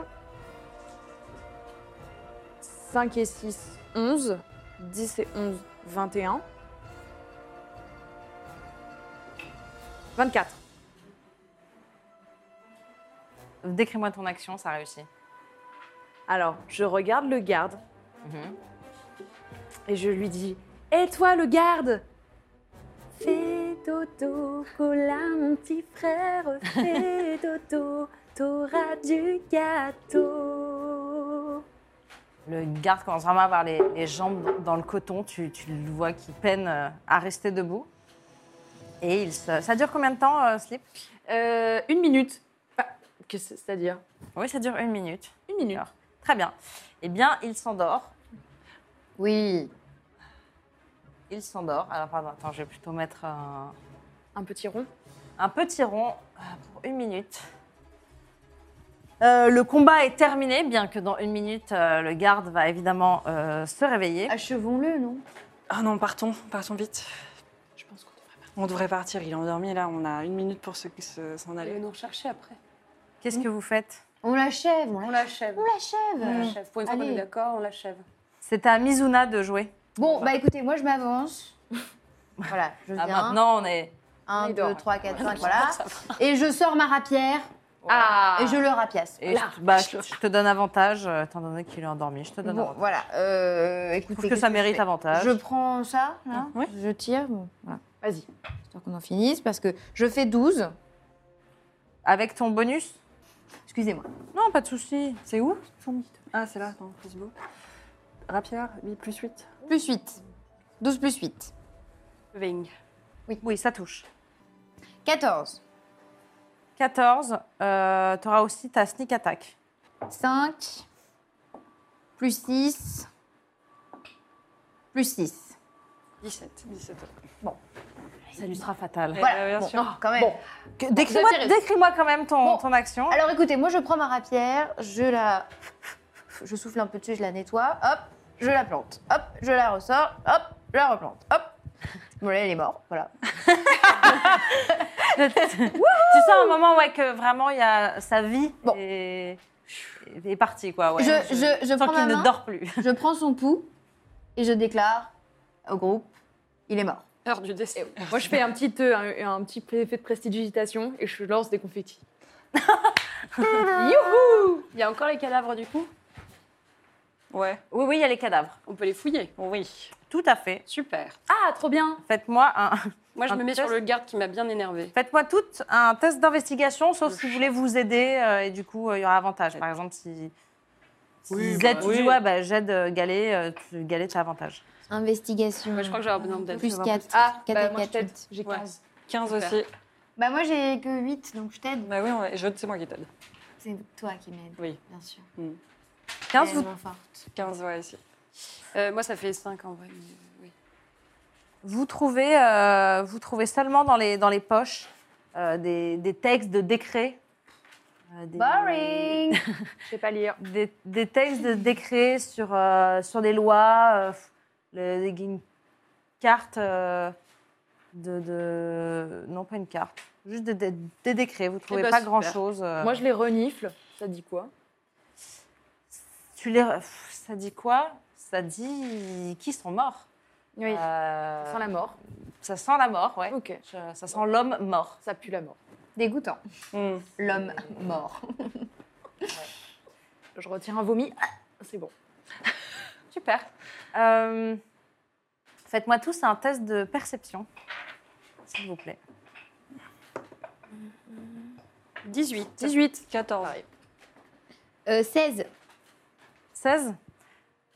Speaker 5: 5 et 6, 11. 10 et 11, 21. 24.
Speaker 1: Décris-moi ton action, ça réussit.
Speaker 5: Alors, je regarde le garde
Speaker 1: Mhm.
Speaker 5: et je lui dis Hé toi, le garde Fais toto, cola, mon petit frère, fais toto, t'auras du gâteau.
Speaker 1: Le garde commence vraiment à avoir les, les jambes dans le coton. Tu, tu le vois qui peine euh, à rester debout. Et il se... ça dure combien de temps, euh, Slip
Speaker 5: Euh, une minute. Ah, qu'est-ce que c'est-à-dire
Speaker 1: Oui, ça dure une minute.
Speaker 5: Une minute.
Speaker 1: Alors, Très bien. Eh bien, il s'endort.
Speaker 3: Oui.
Speaker 1: Il s'endort. Alors, pardon, attends, je vais plutôt mettre un,
Speaker 5: Un petit rond.
Speaker 1: un petit rond euh, pour une minute. Euh, le combat est terminé, bien que dans une minute, euh, le garde va évidemment euh, se réveiller.
Speaker 3: Achevons-le, non
Speaker 7: Ah non, partons, partons vite.
Speaker 5: Je pense qu'on devrait.
Speaker 7: On devrait partir, il est endormi là, on a une minute pour se- se- s'en
Speaker 2: Allez,
Speaker 7: aller.
Speaker 2: nous rechercher après.
Speaker 1: Qu'est-ce que vous faites
Speaker 3: On l'achève, on
Speaker 2: On
Speaker 3: l'achève.
Speaker 2: l'achève.
Speaker 3: On
Speaker 2: On
Speaker 3: l'achève.
Speaker 2: l'achève. Pour une fois qu'on
Speaker 3: Allez.
Speaker 2: est d'accord, on l'achève.
Speaker 1: C'est à Mizuna de jouer.
Speaker 3: Bon, bah écoutez, moi je m'avance. Voilà, je
Speaker 1: Ah,
Speaker 3: viens.
Speaker 1: maintenant, on est.
Speaker 3: 1,
Speaker 5: Il dort.
Speaker 3: 2, 3, 4, 5, voilà. Et je sors ma rapière
Speaker 5: Ah
Speaker 3: et je le rapiace.
Speaker 1: Et je, bah, je, je te donne avantage, euh, étant donné qu'il est endormi. Je te donne
Speaker 3: Bon,
Speaker 1: avantage.
Speaker 3: voilà. Euh,
Speaker 1: Je
Speaker 3: écoutez,
Speaker 1: trouve que
Speaker 3: qu'est-ce
Speaker 1: ça
Speaker 3: je
Speaker 1: mérite
Speaker 3: fais
Speaker 1: avantage.
Speaker 3: Je prends ça, là.
Speaker 7: Oui.
Speaker 3: Je tire. bon, voilà.
Speaker 5: Vas-y.
Speaker 3: Histoire qu'on en finisse parce que je fais 12.
Speaker 1: Avec ton bonus
Speaker 3: Excusez-moi.
Speaker 1: Non, pas de souci.
Speaker 7: C'est où son- Ah, c'est là, dans Facebook. Rapière, 8 plus 8.
Speaker 3: Plus 8. 12 plus 8.
Speaker 7: Ving.
Speaker 1: Oui, ça touche.
Speaker 3: 14.
Speaker 1: 14, euh, tu auras aussi ta sneak attack.
Speaker 3: 5, plus 6, plus 6.
Speaker 7: 17. 17.
Speaker 5: Ça lui sera fatal.
Speaker 3: Voilà,
Speaker 7: bien
Speaker 3: bon,
Speaker 7: sûr.
Speaker 3: oh, quand même.
Speaker 5: Bon.
Speaker 10: Que- Décris-moi
Speaker 5: Zafiris.
Speaker 10: décris-moi quand même ton,
Speaker 3: Bon. Ah.
Speaker 10: ton action.
Speaker 3: Alors écoutez, moi je prends ma rapière, je la. Je souffle un peu dessus, je la nettoie, hop, je la plante, hop, je la ressors, hop, je la replante, hop. Bon, là, elle est morte, voilà.
Speaker 1: Tu sens un moment ouais, que vraiment il y a sa vie
Speaker 3: Bon.
Speaker 1: est, est partie. Quoi, ouais.
Speaker 3: Je- je- je
Speaker 1: sens
Speaker 3: prends
Speaker 1: qu'il
Speaker 3: ma main.
Speaker 1: ne dort plus.
Speaker 3: Je prends son pouls et je déclare au groupe, il est mort.
Speaker 7: Heure du
Speaker 2: Eh,
Speaker 7: décès.
Speaker 5: Moi, je fais un petit, euh, un, un petit effet de prestidigitation et je lance des confettis. Youhou Il y a encore les cadavres du coup
Speaker 7: Ouais.
Speaker 1: Oui, oui, il y a les cadavres.
Speaker 7: On peut les fouiller.
Speaker 1: Oui, tout à fait.
Speaker 7: Super.
Speaker 5: Ah, trop bien
Speaker 1: Faites-moi un,
Speaker 7: Moi, je
Speaker 1: Un
Speaker 7: me mets sur
Speaker 1: test.
Speaker 7: le garde qui m'a bien énervé.
Speaker 1: Faites-moi toutes un test d'investigation, sauf si vous voulez vous aider, euh, et du coup, euh, il y aura avantage. Par exemple, si, si
Speaker 7: Oui,
Speaker 1: Zed,
Speaker 7: bah
Speaker 1: tu
Speaker 7: oui.
Speaker 1: dis, ouais, bah, j'aide euh, Galet, euh, tu, Galet, t'as avantage.
Speaker 3: Investigation.
Speaker 7: Moi, je crois que j'aurai besoin de
Speaker 3: plus 4.
Speaker 5: Ah,
Speaker 3: 4
Speaker 5: bah,
Speaker 3: et
Speaker 5: moi, je
Speaker 3: 4.
Speaker 5: t'aide. J'ai
Speaker 7: Ouais.
Speaker 5: 15.
Speaker 7: 15
Speaker 5: Super.
Speaker 7: aussi.
Speaker 3: Bah, moi j'ai que 8, donc je t'aide.
Speaker 7: Bah oui, ouais, je, c'est moi qui t'aide.
Speaker 3: C'est toi qui m'aides.
Speaker 7: Oui.
Speaker 3: Bien sûr.
Speaker 1: 15, vous,
Speaker 3: Tellement forte.
Speaker 7: 15, ouais, ici. Euh, moi, ça fait 5 en vrai. mais, euh, oui.
Speaker 1: vous trouvez, euh, vous trouvez seulement dans les, dans les poches euh, des, des textes de décret. euh, des-
Speaker 3: Boring!
Speaker 5: Je sais pas lire.
Speaker 1: des, des textes de décrets sur, euh, sur des lois, euh, le- une carte euh, de, de- Non, pas une carte, juste des, des- des décrets. Vous ne trouvez
Speaker 7: bah,
Speaker 1: pas
Speaker 7: super.
Speaker 1: grand-chose. euh.
Speaker 5: Moi, je les renifle. Ça dit quoi
Speaker 1: Tu les... re- Pff, Ça dit quoi Ça dit qui sont morts.
Speaker 5: Oui.
Speaker 1: Euh,
Speaker 5: Sans la mort.
Speaker 1: Ça sent la mort, ouais.
Speaker 5: Ok.
Speaker 1: Je- Ça sent l'homme mort.
Speaker 5: Ça pue la mort.
Speaker 3: Dégoûtant.
Speaker 7: Hmm.
Speaker 3: L'homme mort.
Speaker 5: Je retire un vomi. Ah, C'est bon.
Speaker 1: Super. Euh, Faites-moi tous un test de perception, s'il vous plaît.
Speaker 7: 18. 18. 14.
Speaker 3: Euh, 16.
Speaker 1: 16.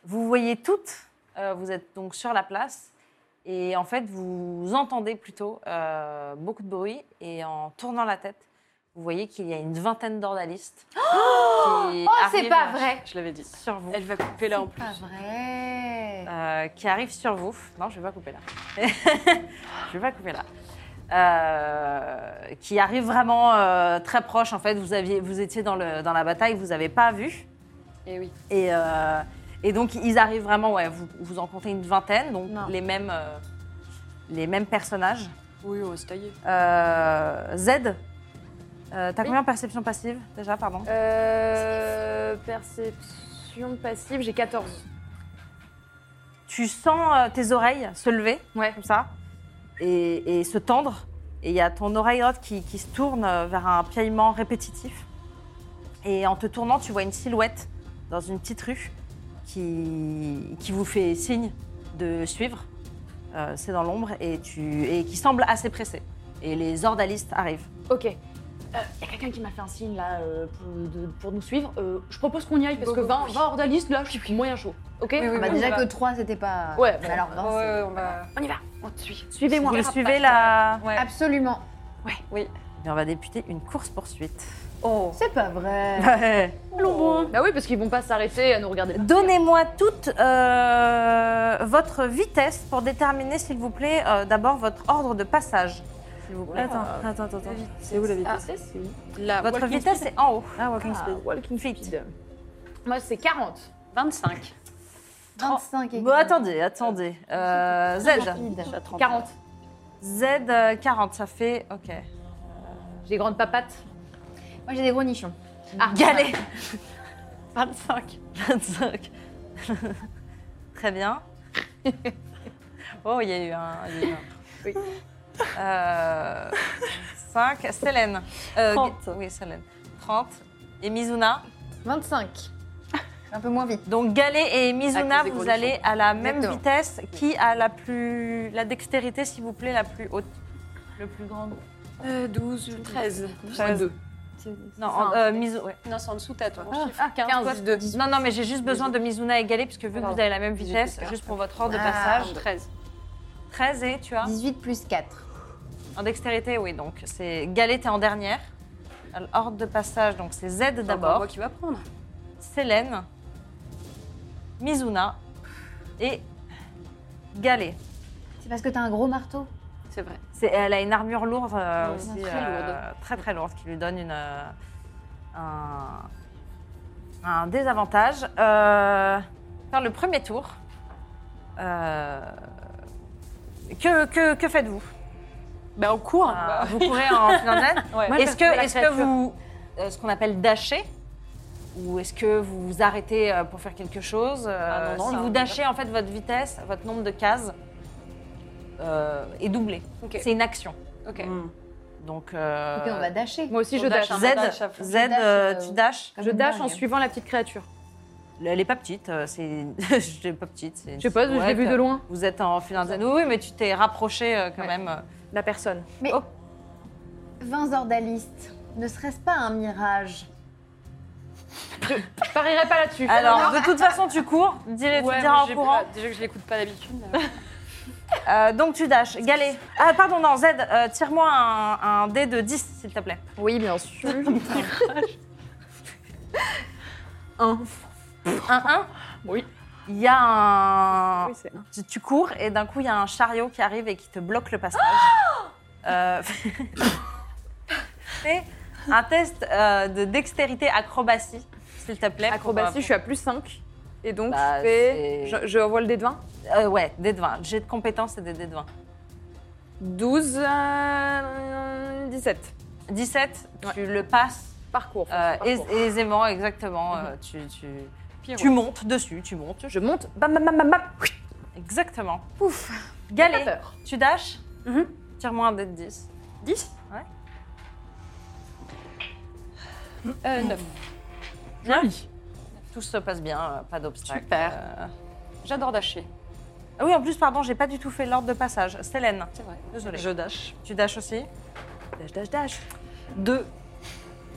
Speaker 1: Vous voyez toutes, euh, vous êtes donc sur la place, et en fait, vous entendez plutôt euh, beaucoup de bruit, et en tournant la tête, vous voyez qu'il y a une vingtaine d'ordalistes. qui
Speaker 3: Oh, c'est
Speaker 1: arrivent
Speaker 3: pas vrai!
Speaker 7: Je l'avais dit.
Speaker 1: Sur vous.
Speaker 7: Elle va couper là en plus. Ah.
Speaker 3: Pas vrai!
Speaker 1: Euh, qui arrivent sur vous. Non, je vais pas couper là. je vais pas couper là. Euh, qui arrive vraiment euh, très proche. En fait, vous, aviez, vous étiez dans, le, dans la bataille, vous n'avez pas vu.
Speaker 2: Eh
Speaker 7: Et oui.
Speaker 1: Et, euh, et donc, ils arrivent vraiment, ouais, vous, vous en comptez une vingtaine, donc
Speaker 3: Non.
Speaker 1: les mêmes, euh, les mêmes personnages.
Speaker 7: Oui, on va se tailler.
Speaker 1: Euh, Z, euh, t'as combien de perception passive déjà, pardon
Speaker 5: Euh, perception passive, j'ai 14.
Speaker 1: Tu sens euh, tes oreilles se lever,
Speaker 5: Ouais.
Speaker 1: comme ça, et, et se tendre. Et il y a ton oreille droite qui, qui se tourne euh, vers un piaillement répétitif. Et en te tournant, tu vois une silhouette dans une petite rue qui, qui vous fait signe de suivre. Euh, C'est dans l'ombre et, tu- et qui semble assez pressée. Et les ordalistes arrivent.
Speaker 5: Ok. Il y a quelqu'un qui m'a fait un signe là euh, pour, de- pour nous suivre. Euh, je propose qu'on y aille parce
Speaker 7: Go,
Speaker 5: que
Speaker 7: go,
Speaker 5: 20,
Speaker 7: oui.
Speaker 5: 20 ordalistes là, je suis moyen chaud. Ok
Speaker 7: Oui, oui,
Speaker 3: Ah bah
Speaker 7: oui,
Speaker 3: déjà
Speaker 7: on va.
Speaker 3: que 3, c'était pas.
Speaker 5: Ouais,
Speaker 3: Mais
Speaker 5: bon.
Speaker 3: alors 20,
Speaker 7: Ouais, bah,
Speaker 3: c'est-
Speaker 7: ouais, on va.
Speaker 5: On y va.
Speaker 7: On te suit.
Speaker 5: Suivez-moi. Ah, bah,
Speaker 1: Vous suivez la...
Speaker 7: Ouais.
Speaker 3: Absolument.
Speaker 1: Et on va débuter une course-poursuite.
Speaker 7: Oh.
Speaker 3: C'est pas vrai.
Speaker 5: Bah oui, parce qu'ils vont pas s'arrêter à nous regarder.
Speaker 1: Donnez-moi toute euh, votre vitesse pour déterminer, s'il vous plaît, euh, d'abord votre ordre de passage. S'il vous plaît. Attends, attends, attends. attends.
Speaker 7: C'est où la
Speaker 2: Ah,
Speaker 7: vitesse La
Speaker 1: Votre
Speaker 7: walking
Speaker 1: vitesse est en haut.
Speaker 7: Ah, walking speed.
Speaker 5: walking feet. Moi, c'est 40.
Speaker 7: 25.
Speaker 3: 25 et
Speaker 1: Bon, attendez, attendez. Euh, Z.
Speaker 3: Rapide.
Speaker 5: 40.
Speaker 1: Z euh, 40, ça fait. Ok.
Speaker 5: J'ai grande papate.
Speaker 3: Moi j'ai des gros nichons.
Speaker 5: Ah,
Speaker 1: Galet
Speaker 7: 25.
Speaker 1: 25. Très bien. Oh, il y a eu un. il y a eu un.
Speaker 5: Oui.
Speaker 1: Euh, 5. Célène. Euh,
Speaker 7: 30.
Speaker 1: Oui, Célène. 30. Et Mizuna.
Speaker 3: 25. Un peu moins vite.
Speaker 1: Donc Galet et
Speaker 7: À
Speaker 1: Mizuna,
Speaker 7: cause des
Speaker 1: vous
Speaker 7: gros
Speaker 1: allez à la même
Speaker 3: Exactement.
Speaker 1: vitesse. Qui a la plus la dextérité, s'il vous plaît, la plus haute Le plus grande
Speaker 7: Euh, 12, 13.
Speaker 1: 13. Non, en- euh, Mizu- ouais.
Speaker 7: Non, c'est en dessous, t'as ton
Speaker 2: Ah.
Speaker 7: chiffre.
Speaker 1: 15, plus deux. Non, non, mais j'ai juste besoin de Mizuna et Galet, puisque vu que vous avez la même vitesse, juste pour votre ordre de
Speaker 3: Ah.
Speaker 1: passage.
Speaker 7: 13.
Speaker 1: 13 et tu as
Speaker 3: 18 plus 4.
Speaker 1: En dextérité, oui, donc c'est Galet, t'es en dernière. Alors, Ordre de passage, donc c'est Z
Speaker 7: D'abord.
Speaker 1: d'abord.
Speaker 7: Moi qui va prendre.
Speaker 1: Célène, Mizuna et Galé.
Speaker 3: C'est parce que t'as un gros marteau.
Speaker 2: C'est vrai.
Speaker 1: C'est- Elle a une armure lourde euh,
Speaker 2: Ouais,
Speaker 1: aussi,
Speaker 2: très
Speaker 1: euh,
Speaker 2: lourde.
Speaker 1: très très lourde, qui lui donne une, euh, un, un désavantage. Euh, faire le premier tour. Euh, que que, que faites-vous
Speaker 2: Ben, on court.
Speaker 1: Euh, Vous courez en finlandais
Speaker 2: Ouais.
Speaker 5: Moi, je
Speaker 1: Est-ce
Speaker 5: reste
Speaker 1: que,
Speaker 5: la
Speaker 1: est ce que
Speaker 5: créature.
Speaker 1: vous, euh, ce qu'on appelle dasher, ou est-ce que vous vous arrêtez euh, pour faire quelque chose euh,
Speaker 2: Ah non, non,
Speaker 1: Si
Speaker 2: là,
Speaker 1: vous
Speaker 2: on
Speaker 1: dashez, en fait, votre vitesse, votre nombre de cases euh, est doublé.
Speaker 2: Ok.
Speaker 1: C'est une action.
Speaker 2: Ok.
Speaker 7: Mm.
Speaker 1: Donc, euh,
Speaker 3: Ok, on va dasher.
Speaker 5: Moi aussi, je
Speaker 2: On dash
Speaker 5: dash. hein.
Speaker 2: un
Speaker 1: Z,
Speaker 2: dash à chaque fois.
Speaker 1: Z,
Speaker 3: Tu dashes,
Speaker 1: euh,
Speaker 3: euh,
Speaker 1: tu dashes.
Speaker 3: Comme
Speaker 5: Je
Speaker 3: une
Speaker 5: dash en
Speaker 3: dingue.
Speaker 5: suivant la petite créature.
Speaker 1: Elle est pas petite, euh, c'est, je l'ai pas petite. c'est une
Speaker 5: Je sais pas, je l'ai
Speaker 1: silhouette.
Speaker 5: vue de loin.
Speaker 1: Vous êtes en finlandais. Oui, oui, mais tu t'es rapproché euh, quand
Speaker 5: Ouais.
Speaker 1: même.
Speaker 5: La personne.
Speaker 3: 20 ordalistes, ne serait-ce pas un mirage
Speaker 5: Je parierais pas là-dessus.
Speaker 1: Alors, de toute façon, tu cours. Dis-le, tu
Speaker 2: Ouais,
Speaker 1: diras
Speaker 2: moi,
Speaker 1: en
Speaker 2: j'ai
Speaker 1: courant.
Speaker 2: pas- déjà que je l'écoute pas d'habitude.
Speaker 1: Euh, donc tu dashes. Galet. Ah, pardon, non, Z, euh, tire-moi un, un dé de 10, s'il te plaît.
Speaker 5: Oui, bien sûr.
Speaker 1: Un 1
Speaker 5: Oui.
Speaker 1: Il y a un.
Speaker 4: Oui, c'est un.
Speaker 1: Tu, tu cours et d'un coup, il y a un chariot qui arrive et qui te bloque le passage. Euh, Fais un test euh, de dextérité acrobatie, s'il te plaît. pour,
Speaker 5: Acrobatie, je suis à plus 5. Et donc,
Speaker 1: Bah,
Speaker 5: je fais.
Speaker 1: c'est-
Speaker 5: Je, je envoie le dé de 20.
Speaker 1: euh, euh, ouais, dé de 20. J'ai de compétences et des dés de 20.
Speaker 5: 12, euh, 17.
Speaker 1: 17, tu le passes
Speaker 5: Parcours.
Speaker 1: euh,
Speaker 5: parcours. Mhm.
Speaker 1: ais- aisément, exactement. euh, tu, tu,
Speaker 2: Pire,
Speaker 1: tu montes dessus, tu montes.
Speaker 5: Je monte. Bam, bam, bam, bam, bam.
Speaker 1: Exactement.
Speaker 5: Pouf.
Speaker 1: Galet.
Speaker 5: Pas peur.
Speaker 1: Tu dashes
Speaker 5: Mhm.
Speaker 1: Tire-moi un dé de 10.
Speaker 2: 10
Speaker 1: Ouais.
Speaker 2: Euh, 9.
Speaker 1: Tout se passe bien, euh, pas d'obstacle.
Speaker 2: Super. J'adore dasher.
Speaker 1: Ah oui, en plus, pardon, j'ai pas du tout fait l'ordre de passage. Célène,
Speaker 2: C'est vrai.
Speaker 1: désolée.
Speaker 7: Je dash.
Speaker 1: Tu dashes aussi
Speaker 5: Dash, dash, dash.
Speaker 1: 2.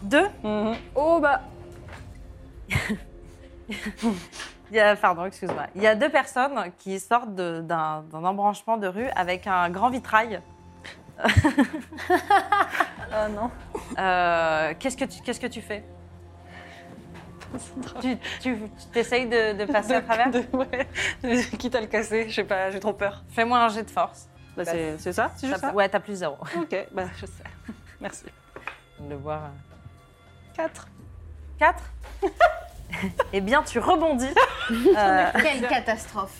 Speaker 1: 2
Speaker 7: Mhm.
Speaker 5: Oh, bah.
Speaker 1: Il y a, pardon, excuse-moi. Il y a deux personnes qui sortent de- d'un d'un embranchement de rue avec un grand vitrail.
Speaker 10: Ah non.
Speaker 1: Euh, Qu'est-ce que tu qu'est-ce que tu fais Tu tu- tu t'essayes de, de passer à travers
Speaker 7: De- ouais. Quitte à le casser, je sais pas, j'ai trop peur.
Speaker 1: Fais-moi un jet de force.
Speaker 7: Bah, c'est c'est ça C'est juste
Speaker 1: T'as-
Speaker 7: ça
Speaker 1: Ouais, t'as plus zéro.
Speaker 7: Ok, bah je sais. Merci.
Speaker 1: De voir. euh.
Speaker 7: 4.
Speaker 1: 4 Eh bien, tu rebondis. Euh,
Speaker 3: Quelle catastrophe